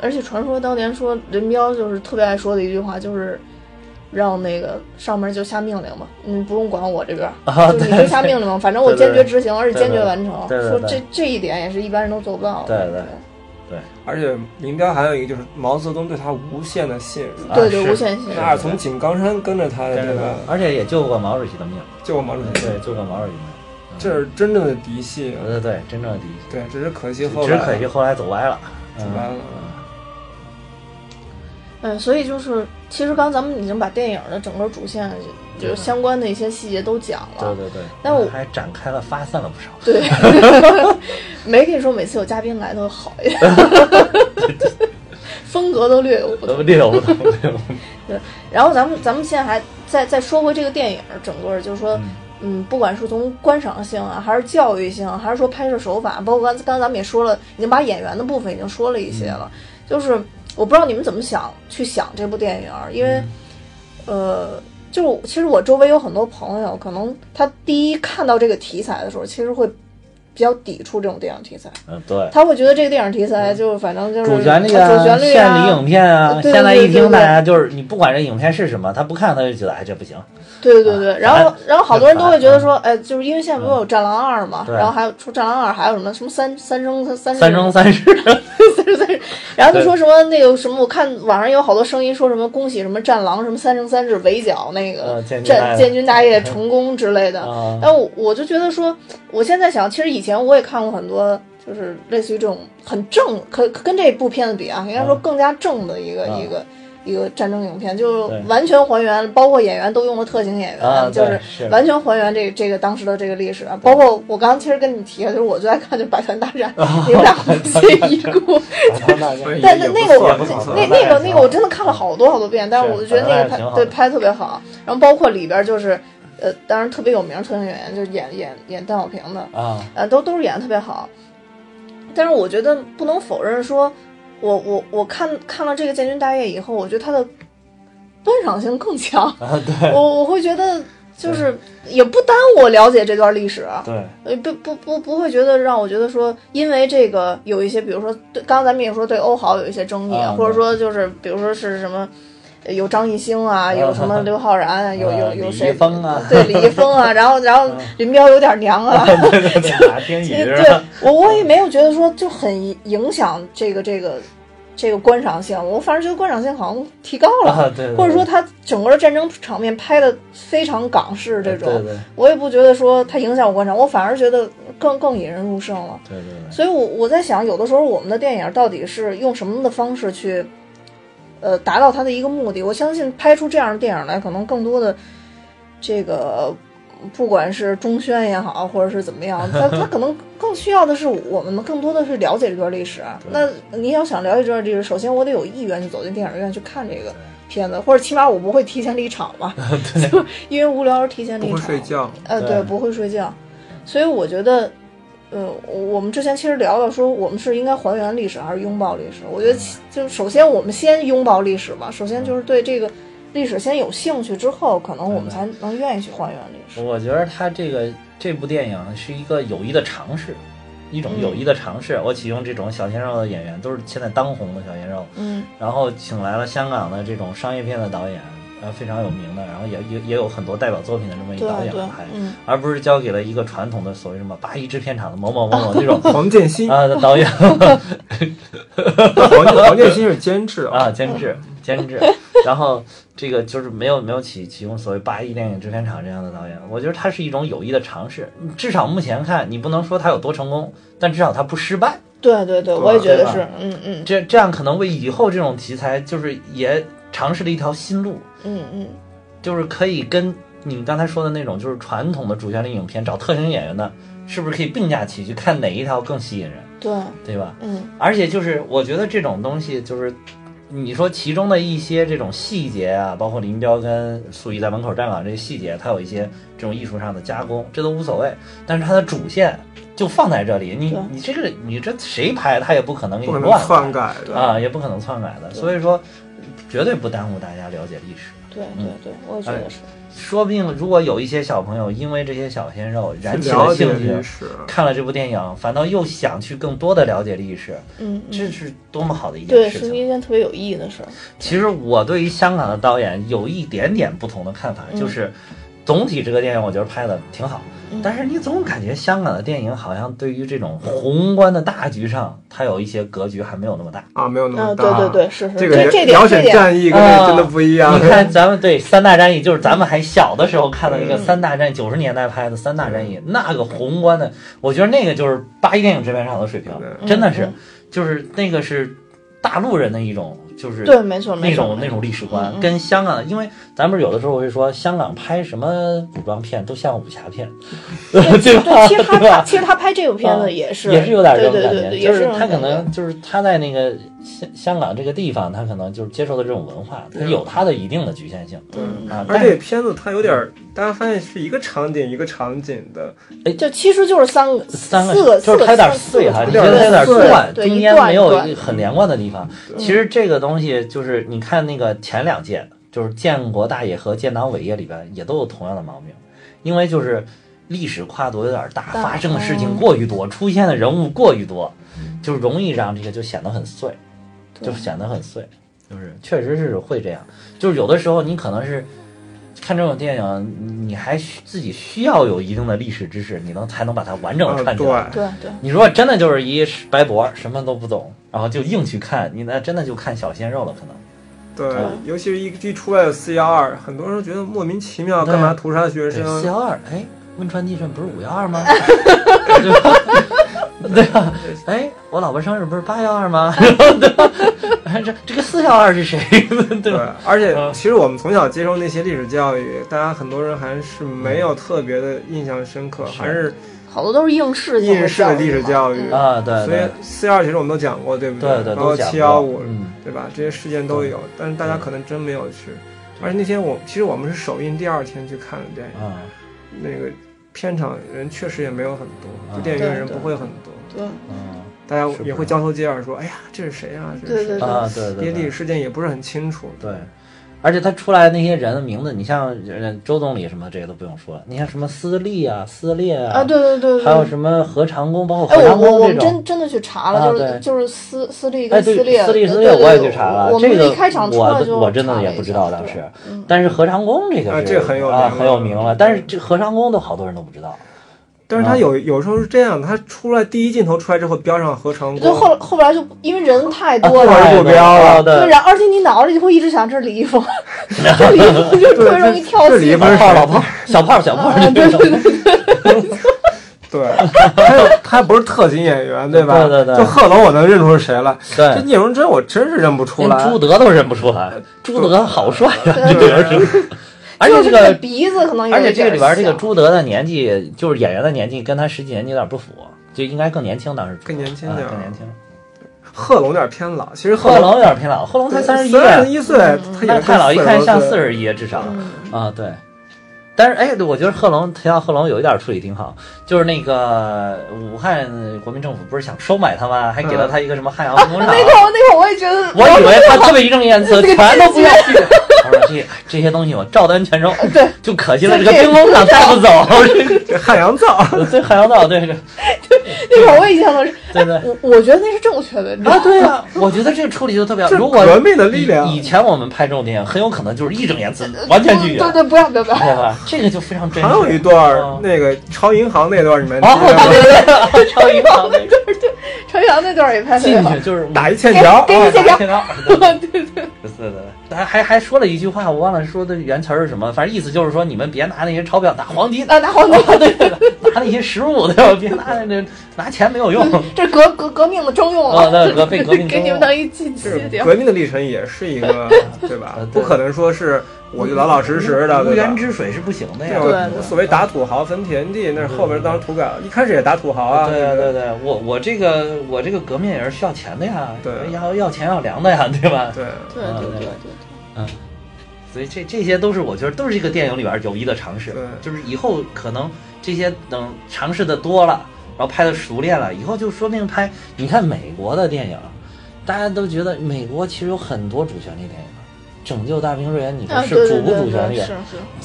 S1: 而且传说当年说林彪就是特别爱说的一句话，就是让那个上面就下命令吧，你不用管我这边，
S2: 啊
S1: 就是你就下命令吧，反正我
S2: 对对
S1: 坚决执行，而且
S2: 对对
S1: 坚决完成。
S2: 对对
S1: 说
S2: 对
S1: 这这一点也是一般人都做不到的。
S2: 对对对，
S3: 而且林彪还有一个就是毛泽东对他无限的信任，
S2: 啊
S1: 对对，
S2: 是
S1: 无限性
S2: 是。
S3: 那尔从井冈山跟着他的
S2: 真
S3: 这
S2: 是
S3: 个
S2: 的，而且也救过毛主席的命，
S3: 救过毛主席，
S2: 对，救过毛主席的命，
S3: 这是真正的嫡系啊。
S2: 对对对，真正的第一，
S3: 对，只是可惜后
S2: 嗯只
S3: 来
S2: 可惜后来走歪了，
S3: 走
S2: 嗯
S3: 歪了
S1: 嗯，所以就是，其实刚咱们已经把电影的整个主线，就就是相关的一些细节都讲
S2: 对
S1: 了。
S2: 对对，
S1: 那我
S2: 还展开了发散了不少，
S1: 对，没跟你说每次有嘉宾来都好一点，风格都略有不同。
S2: 略有不同，略有不同，
S1: 然后咱们咱们现在还再再说回这个电影，整个就是说，嗯，不管是从观赏性啊，还是教育性啊，还是说拍摄手法，包括刚才刚才咱们也说了，已经把演员的部分已经说了一些了。就是我不知道你们怎么想去想这部电影，因为，呃，就是其实我周围有很多朋友，可能他第一看到这个题材的时候，其实会比较抵触这种电影题材，
S2: 嗯对。
S1: 他会觉得这个电影题材就是反正就是
S2: 嗯主旋律啊，
S1: 主旋律
S2: 献
S1: 嗯啊
S2: 礼影片啊，
S1: 对对
S2: 现在一
S1: 对对
S2: 听
S1: 对
S2: 大家就是你不管这影片是什么，他不看他就觉得哎这不行，
S1: 对对
S2: 啊
S1: 对，然后然后好多人都会觉得说，哎，就是因为现在不是有《战狼二》嘛，
S2: 嗯对
S1: 然后还有除《战狼二》还有什么什么三三生三
S2: 三生三 世，
S1: 三生三世，然后就说什么那个什么，我看网上有好多声音说什么恭喜什么战狼什么三生三世围剿那个
S2: 呃建军大
S1: 战
S2: 业嗯
S1: 建军大嗯业成功之类的，
S2: 啊，
S1: 但我我就觉得说，我现在想，其实以前我也看过很多，就是类似于这种很正，可可跟这部片子比啊，应该说
S2: 嗯
S1: 更加正的一个、
S2: 嗯
S1: 一个一个战争影片，就
S2: 对
S1: 完全还原，包括演员都用了特型演员，
S2: 啊
S1: 就
S2: 对是
S1: 完全还原这这个当时的这个历史啊。包括我刚刚其实跟你提了，就是我最爱看就是《百团大战》
S2: 啊
S1: 你们俩不屑一顾。
S3: 所以
S1: 但
S3: 也
S1: 是
S3: 不
S1: 那个我
S2: 不
S3: 错也不
S2: 错
S3: 错
S1: 那那个那个我真的看了好多好多遍，但是
S2: 是
S1: 我就觉得那个
S2: 反正还
S1: 拍对
S2: 是挺好的
S1: 拍得特别好，然后包括里边就是，呃，当然特别有名儿特型演员就是演演演邓小平的，
S2: 啊，
S1: 呃，都都是演的特别好。但是我觉得不能否认说，我我我看看了这个《建军大业》以后，我觉得他的观赏性更强，
S2: 啊对
S1: 我我会觉得就是也不耽误我了解这段历史，
S2: 对，
S1: 呃，不不不不会觉得让我觉得说，因为这个有一些，比如说对，刚刚咱们也说对欧豪有一些争议，
S2: 啊
S1: 或者说就是比如说是什么。呃有张艺兴啊，有什么刘昊然啊，有有有
S2: 李
S1: 谁？
S2: 易峰啊
S1: 对李易峰啊，然后然后林彪有点娘 啊，
S2: 对对对，打 听
S1: 对
S2: 椅
S1: 对
S2: 子，
S1: 我我也没有觉得说就很影响这个这个这个观赏性，我反而觉得观赏性好像提高了，
S2: 啊对对对
S1: 或者说他整个战争场面拍的非常港式这种，
S2: 啊对对
S1: 我也不觉得说它影响我观赏，我反而觉得更更引人入胜了。
S2: 对对对，
S1: 所以我，我在想，有的时候我们的电影到底是用什么样的方式去，呃，达到它的一个目的？我相信拍出这样的电影来，可能更多的这个，不管是中宣也好，或者是怎么样，它它可能更需要的是我们更多的是了解这段历史啊。那你要想了解这段历史，首先我得有意愿去走进电影院去看这个片子，或者起码我不会提前离场吧， 就因为无聊而提前离
S3: 不
S1: 场。
S3: 会睡觉，
S1: 呃，
S2: 对
S1: 对，不会睡觉，所以我觉得，呃，我我们之前其实聊到说，我们是应该还原历史还是拥抱历史？我觉得
S2: 嗯
S1: 其，就首先我们先拥抱历史吧，首先就是对这个历史先有兴趣，之后可能我们才能愿意去还原历史。
S2: 嗯我觉得他这个这部电影是一个有益的尝试，一种
S1: 嗯
S2: 有益的尝试。我启用这种小鲜肉的演员，都是现在当红的小鲜肉，
S1: 嗯
S2: 然后请来了香港的这种商业片的导演，呃，非常有名的，然后也也也有很多代表作品的这么一
S1: 对
S2: 个导演
S1: 对
S2: 拍，
S1: 嗯
S2: 而不是交给了一个传统的所谓什么八一制片厂的某某某某这种
S3: 黄建新，
S2: 啊导演
S3: 黄黄建新是监制啊，
S2: 啊监 制监制，然后这个就是没有没有启启用所谓八一电影制片厂这样的导演，我觉得它是一种有益的尝试，至少目前看你不能说它有多成功，但至少它不失败。
S1: 对对对，我也觉
S2: 对
S1: 得
S2: 吧
S1: 是，嗯嗯
S2: 这这样可能为以后这种题材就是也尝试了一条新路，
S1: 嗯嗯，
S2: 就是可以跟你们刚才说的那种，就是传统的主旋律影片找特型演员的，是不是可以并驾齐驱，看哪一条更吸引人，
S1: 对，
S2: 对吧？
S1: 嗯
S2: 而且就是我觉得这种东西就是。你说其中的一些这种细节啊，包括林彪跟粟裕在门口站岗这些细节，它有一些这种艺术上的加工，这都无所谓。但是它的主线就放在这里，你
S1: 对
S2: 你这个你这谁拍，他也不可能给
S3: 不
S2: 你
S3: 可能
S2: 乱
S3: 篡
S2: 拍
S3: 改的。
S2: 啊，也不可能篡改的。所以说，绝对不耽误大家了解历史。
S1: 对对对，
S2: 嗯
S1: 我也觉
S2: 哎
S1: 得是，
S2: 说不定如果有一些小朋友因为这些小鲜肉燃起
S3: 了
S2: 了
S3: 解
S2: 兴
S3: 历
S2: 趣，
S3: 史，
S2: 看了这部电影，反倒又想去更多的了解历史，
S1: 嗯嗯，
S2: 这是多么好的一
S1: 对，
S2: 件事
S1: 是
S2: 情。
S1: 一件特别有意义的事儿。
S2: 其实我对于香港的导演有一点点不同的看法，就是。总体这个电影我觉得拍的挺好
S1: 嗯，
S2: 但是你总感觉香港的电影好像对于这种宏观的大局上，它有一些格局还没有那么大。
S3: 啊，没有那么
S1: 嗯，
S3: 大。
S1: 对对对，是是，
S3: 这个
S1: 这点这
S3: 辽沈
S1: 点，
S3: 战役跟那真的不一样
S2: 啊你。看咱们对三大战役，就是咱们还小的时候看的那个三大战，九十年代拍的三大战
S3: 嗯
S2: 役，那个宏观的，我觉得那个就是八一电影制片厂的水平，
S3: 对
S2: 真的是
S1: 嗯，
S2: 就是那个是大陆人的一种，就是
S1: 对，没错没
S2: 那
S1: 错
S2: 种，那种历史观
S1: 嗯，嗯
S2: 跟香港，因为咱们有的时候会说香港拍什么古装片都像武侠片，
S1: 对
S2: 对吧？
S1: 其实他
S2: 对吧
S1: 他其实他拍这部片
S2: 啊
S1: 子也是
S2: 也是有点这
S1: 对
S2: 种
S1: 对对
S2: 感觉，
S1: 对，也
S2: 就
S1: 是
S2: 是
S1: 这种
S2: 他可
S1: 感觉
S2: 能就是他在那个香香港这个地方，他可能就是接受的这种文化，他
S3: 对
S2: 有他的一定的局限性
S1: 嗯
S2: 啊。
S3: 而
S2: 但
S3: 且
S2: 是
S3: 片子它有点儿，大家发现是一个场景一个场景的，
S1: 就其实就是三个
S2: 三
S1: 四
S2: 个
S1: 个
S2: 就是它有点
S1: 四
S2: 碎
S1: 个
S2: 哈，你
S1: 四
S2: 觉
S1: 个
S2: 得它有点
S1: 对
S2: 断，
S1: 对
S2: 中
S1: 一
S2: 间
S1: 段
S2: 没
S1: 一
S2: 有
S1: 段
S2: 一个很连贯的地方。其实这个东西就是你看那个前两届，就是建国大业和建党伟业里边也都有同样的毛病，因为就是历史跨度有点大，
S1: 大
S2: 发生的事情
S1: 嗯
S2: 过于多，出现的人物过于多，就容易让这个就显得很碎，
S1: 对
S2: 就显得很碎，就是确实是会这样，就是有的时候你可能是。看这种电影，你你还需自己需要有一定的历史知识，你能才能把它完整
S3: 啊
S2: 的串起来。
S3: 对，
S1: 对对，
S2: 你如果真的就是一白博，什么都不懂，然后就硬去看，你那真的就看小鲜肉了，可能。
S3: 对
S2: 对，
S3: 尤其是一一出来的四幺二，很多人觉得莫名其妙，干嘛屠杀
S2: 对，
S3: 学
S2: 四
S3: 生？
S2: 幺二，哎，汶川地震不是五幺二 吗？对吧？对吧？哎，我老婆生日不是八幺二吗？ 对吧？哎 这这个四幺二是谁？ 对
S3: 对
S2: 吧？，
S3: 而且
S2: 嗯
S3: 其实我们从小接受那些历史教育，大家很多人还是没有特别的印象深刻，
S2: 是
S3: 还是
S1: 好多都是应试性
S3: 应试的历史
S1: 育嘛。嗯
S3: 教育。
S2: 啊，对
S3: 所以
S2: 对
S3: 四幺二其实我们都讲过，对不
S2: 对对，
S3: 包括
S2: 都讲
S3: 七幺
S2: 过
S3: 五，，
S2: 嗯，
S3: 对吧？这些事件都有，但是大家可能真没有去。而且那天我其实我们是首映第二天去看的电影，
S2: 啊，
S3: 那个片场人确实也没有很多，
S2: 啊
S3: 就电影院人
S1: 对
S3: 不会很多，
S1: 对，
S2: 嗯
S3: 大家
S2: 是不
S3: 也
S2: 是
S3: 会交头接耳说：“哎呀，这是谁啊？”这
S1: 对
S3: 是谁
S1: 对
S3: 啊？
S2: 啊，对
S3: 因为
S2: 对对
S3: 历史事件也不是很清楚。
S2: 对。而且他出来那些人的名字，你像呃周总理什么这些都不用说，你像什么司隶啊、撕裂
S1: 啊，对对对
S2: 还有
S1: 对。
S2: 什么何长工，包括
S1: 哎，
S2: 何
S1: 我
S2: 长
S1: 我我
S2: 工这
S1: 们
S2: 种。
S1: 真真的去查了，
S2: 啊
S1: 就
S2: 对
S1: 是就是私私立
S2: 哎，
S1: 跟
S2: 对，
S1: 私立，
S2: 私立
S1: 对
S2: 私立
S1: 对
S2: 我也
S1: 对
S2: 去查了
S1: 我，
S2: 这
S1: 们
S2: 个
S1: 一开场出来
S2: 我
S1: 就
S2: 我真的
S1: 查
S2: 也
S1: 了
S2: 不
S1: 一
S2: 知
S1: 下
S2: 道当
S1: 对
S2: 时
S1: 嗯，
S2: 但是何长工这个
S3: 啊
S2: 是
S3: 这个很有
S2: 啊
S3: 名了
S2: 很有名了，但是这何长工都好多人都不知道，
S3: 但是
S2: 啊
S3: 他有有时候是这样，他出来第一镜头出来之后标上何长
S1: 就
S3: 工，
S1: 后后边就因为人太
S2: 啊
S1: 多
S3: 后
S1: 了
S3: 来，
S2: 太
S3: 就
S2: 多
S3: 标了
S2: 了
S1: 对，
S2: 哦对，
S1: 然后而且你脑子里就会一直想这是李易 峰，这李易峰就特别容易跳
S3: 这这李易
S1: 戏
S3: 峰
S1: 嘛。
S2: 老炮儿老炮儿小炮儿小炮儿，
S1: 啊
S2: 对对对，
S3: 对，他有他还不是特警演员，对吧？
S2: 对对对
S3: 就贺龙我能认出是谁来，这
S2: 对
S3: 聂荣臻我真是认不出
S2: 连
S3: 来
S2: 朱。德都认不出来，朱德好帅啊，
S1: 对
S2: 主要是，而且
S1: 就
S2: 这
S1: 是
S2: 个
S1: 鼻子可能有
S2: 而且
S1: 点像，
S2: 这个里边这个朱德的年纪，就是演员的年纪，跟他实际年纪有点不符，就应该更年轻，当时
S3: 更年轻
S2: 啊
S3: 点儿
S2: 更年轻。
S3: 贺龙有点偏老，其实
S2: 贺
S3: 龙
S2: 龙有点偏老，贺龙才三十一，
S3: 三十一岁，
S1: 嗯
S3: 他
S2: 那
S3: 也
S2: 太老一看像四
S3: 十。
S2: 十一，至少啊对。但是哎，我觉得贺龙提到贺龙有一点处理挺好，就是那个武汉国民政府不是想收买他吗？还给了他一个什么汉阳工
S1: 那
S2: 厂。
S1: 会儿哦那会儿我也觉得，
S2: 我以为他特别义正言辞，全都不要去。我说这这些东西我照单全收，
S1: 对，
S2: 就可惜了这个兵工厂带不走。这个
S3: 这汉 阳造，
S2: 对海洋道，对对
S1: 那会儿我也印象都是，
S2: 对对。
S1: 我我觉得那是正确的，你知道
S2: 啊，
S1: 吗？
S2: 对啊，我觉得这个处理就特别好。
S3: 这
S2: 如果
S3: 革命的力量啊
S2: 以以前我们拍这种电影，很有可能就是义正言辞，啊完全拒绝，
S1: 对对，不要不要不要，
S2: 呃对吧？这个就非常真实。
S3: 还有一段儿
S2: 嗯
S3: 那个朝银行那段儿，你们记
S2: 哦，
S3: 得吗
S2: 对对 对，超银行那个
S1: 陈阳那段儿也拍的
S2: 进
S1: 好
S2: 去，就是
S3: 打一
S2: 一
S3: 欠条，
S1: 给给你
S3: 啊
S1: 欠条
S2: 天道，对对对对对，还还还说了一句话，我忘了说的原词儿是什么，反正意思就是说你们别拿那些钞票，拿黄 金，拿
S1: 啊，拿黄牛，
S2: 对对，对拿那些实物，对吧？别拿那拿钱没有用。
S1: 这是革革革命的征用
S2: 哦，
S1: 了，
S2: 对，革被革命
S1: 给
S2: 中
S1: 你们当一祭
S3: 这
S1: 祭奠。
S3: 个革命的历程也是一 个，对吧
S2: 呃？对
S3: 不可能说是我就老老实实的，
S2: 无
S3: 对吧
S2: 源？之水是不行的呀。
S1: 对
S3: 我所谓打土豪分田地，那是后边当时土改，一开始也打土豪啊，
S2: 对
S3: 不
S2: 对对，我我这个我这个革命也是需要钱的呀，
S3: 对
S2: 要要钱要粮的呀，对啊吧？
S3: 对
S1: 对对对对对，
S2: 嗯，所以这这些都是我觉得都是这个电影里边有益的尝试
S3: 对，
S2: 就是以后可能这些等尝试的多了，然后拍的熟练了，以后就说不定拍。你看美国的电影，大家都觉得美国其实有很多主旋律电影，《拯救大兵瑞恩》，你说
S1: 啊
S2: 是
S1: 对对
S2: 主不
S1: 对
S2: 主旋
S1: 对，
S2: 律？
S1: 是是，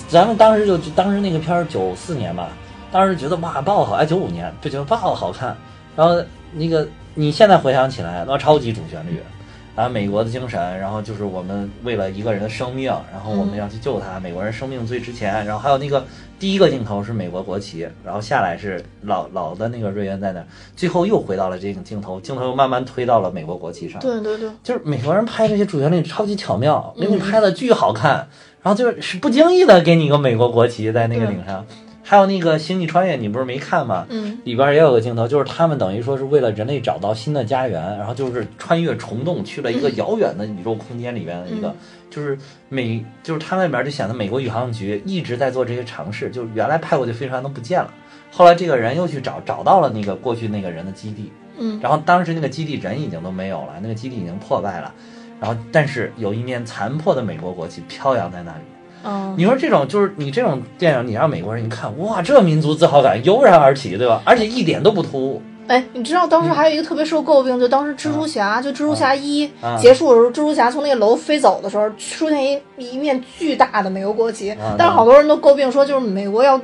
S2: 咱们当时就当时那个片儿九四年吧，当时觉得哇爆好，哎九五年就觉得爆好看，然后那个你现在回想起来，那超级主旋律，啊美国的精神，然后就是我们为了一个人的生命，然后我们要去救他，美国人生命最值钱。然后还有那个第一个镜头是美国国旗，然后下来是老老的那个瑞恩在那儿，最后又回到了这个镜头，镜头又慢慢推到了美国国旗上。
S1: 对对对，嗯
S2: 就是美国人拍这些主旋律超级巧妙，给你拍的巨好看，然后就是不经意的给你一个美国国旗在那个顶上，还有那个《星际穿越》，你不是没看吗？
S1: 嗯，
S2: 里边也有个镜头，就是他们等于说是为了人类找到新的家园，然后就是穿越虫洞去了一个遥远的宇宙空间里边的一个，
S1: 嗯
S2: 就是美，就是他那边就显得美国宇航局一直在做这些尝试，就是原来派过去飞船都不见了，后来这个人又去找，找到了那个过去那个人的基地，
S1: 嗯，
S2: 然后当时那个基地人已经都没有了，那个基地已经破败了，然后但是有一面残破的美国国旗飘扬在那里。
S1: 嗯，
S2: 你说这种就是你这种电影，你让美国人一看，哇，这民族自豪感油然而起，对吧？而且一点都不突兀。
S1: 哎，你知道当
S2: 嗯
S1: 时还有一个特别受诟病，就当时蜘蛛侠，就蜘蛛侠一
S2: 啊
S1: 结束的时候，蜘蛛侠从那个楼飞走的时候，出现一一面巨大的美国国旗
S2: 啊，
S1: 但是好多人都诟病说，就是美国要。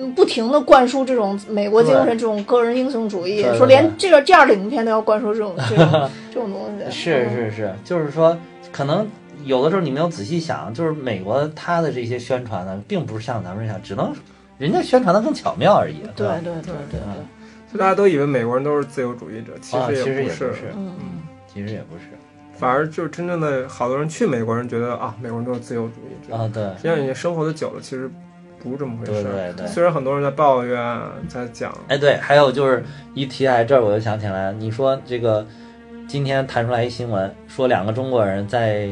S1: 嗯不停的灌输这种美国精神、
S2: 对
S1: 这种个人英雄主义
S2: 对，对
S1: 说连
S2: 对
S1: 这个这样的影片都要灌输这种这 种这种东西，
S2: 是
S1: 嗯，
S2: 是是，就是说，可能有的时候你没有仔细想，就是美国它的这些宣传呢，并不是像咱们这样，只能人家宣传的更巧妙而已，
S1: 对
S2: 吧？
S1: 对对对
S2: 嗯
S1: 对，
S3: 就大家都以为美国人都是自由主义者，其
S2: 啊，
S3: 实
S2: 其
S3: 也
S2: 实
S3: 不
S2: 也
S3: 是，
S2: 不是，
S1: 嗯
S2: 嗯，其实也不是
S3: 反而就真正的好多人去美国人觉得啊，美国人都是自由主义者。
S2: 啊，对，
S3: 实际上，你生活的久了，其实不是这么回
S2: 对
S3: 事。
S2: 对对。
S3: 虽然很多人在抱怨啊，在讲，
S2: 哎，对，还有就是一提哎，这儿我就想起来，你说这个今天弹出来一新闻，说两个中国人在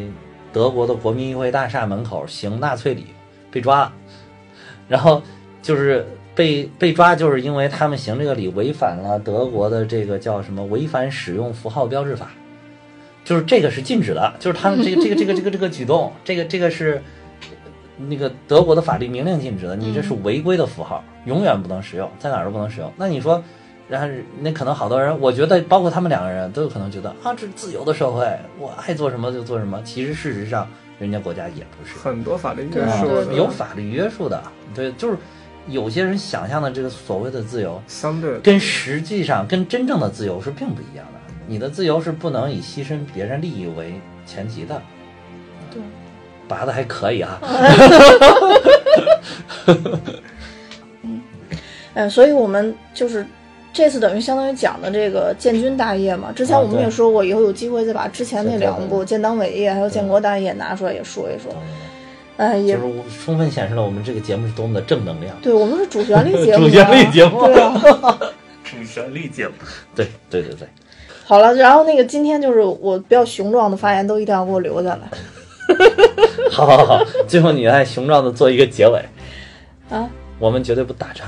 S2: 德国的国民议会大厦门口行纳粹礼被抓了，然后就是被被抓，就是因为他们行这个礼违反了德国的这个叫什么违反使用符号标志法，就是这个是禁止的，就是他们这个这个这个这个这个举动，这个这个是。那个德国的法律明令禁止的，你这是违规的符号，永远不能使用，在哪儿都不能使用。那你说，然后那可能好多人，我觉得包括他们两个人都有可能觉得啊，这是自由的社会，我爱做什么就做什么。其实事实上，人家国家也不是，
S3: 很多法律
S1: 对
S3: 约
S1: 啊
S3: 束
S1: 对
S3: 的
S2: 有法律约束的。对，就是有些人想象的这个所谓的自由，
S3: 相对
S2: 跟实际上跟真正的自由是并不一样的。你的自由是不能以牺牲别人利益为前提的。
S1: 对，
S2: 拔的还可以啊。
S1: 嗯，所以我们就是这次等于相当于讲的这个建军大业嘛。之前
S2: 啊
S1: 我们
S2: 对
S1: 也说过，以后有机会再把之前那
S2: 对对
S1: 两部
S2: 对
S1: 《建党伟业》还有《
S2: 对
S1: 建国大业》拿出来也说一说。
S3: 嗯
S1: 哎，也
S2: 就是我充分显示了我们这个节目是多么的正能量。
S1: 对，我们是主旋律节目啊，
S2: 主旋律节目
S1: 对啊。
S2: 主旋律节目。对对对对，
S1: 好了，然后那个今天就是我比较雄壮的发言都一定要给我留下来
S2: 好好好，最后你来雄壮的做一个结尾，
S1: 啊！
S2: 我们绝对不打岔。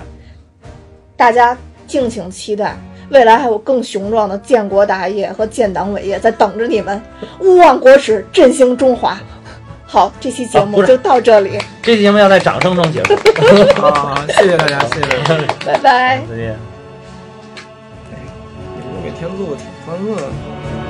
S1: 大家敬请期待，未来还有更雄壮的建国大业和建党伟业在等着你们。勿忘国耻，振兴中华。好，这期节
S2: 啊
S1: 目
S2: 不是
S1: 就到这里，
S2: 这期节目要在掌声中结束。
S3: 啊，谢谢大家，谢谢大 家，
S1: 拜拜。
S2: 再见。
S3: 我给天做挺欢乐的。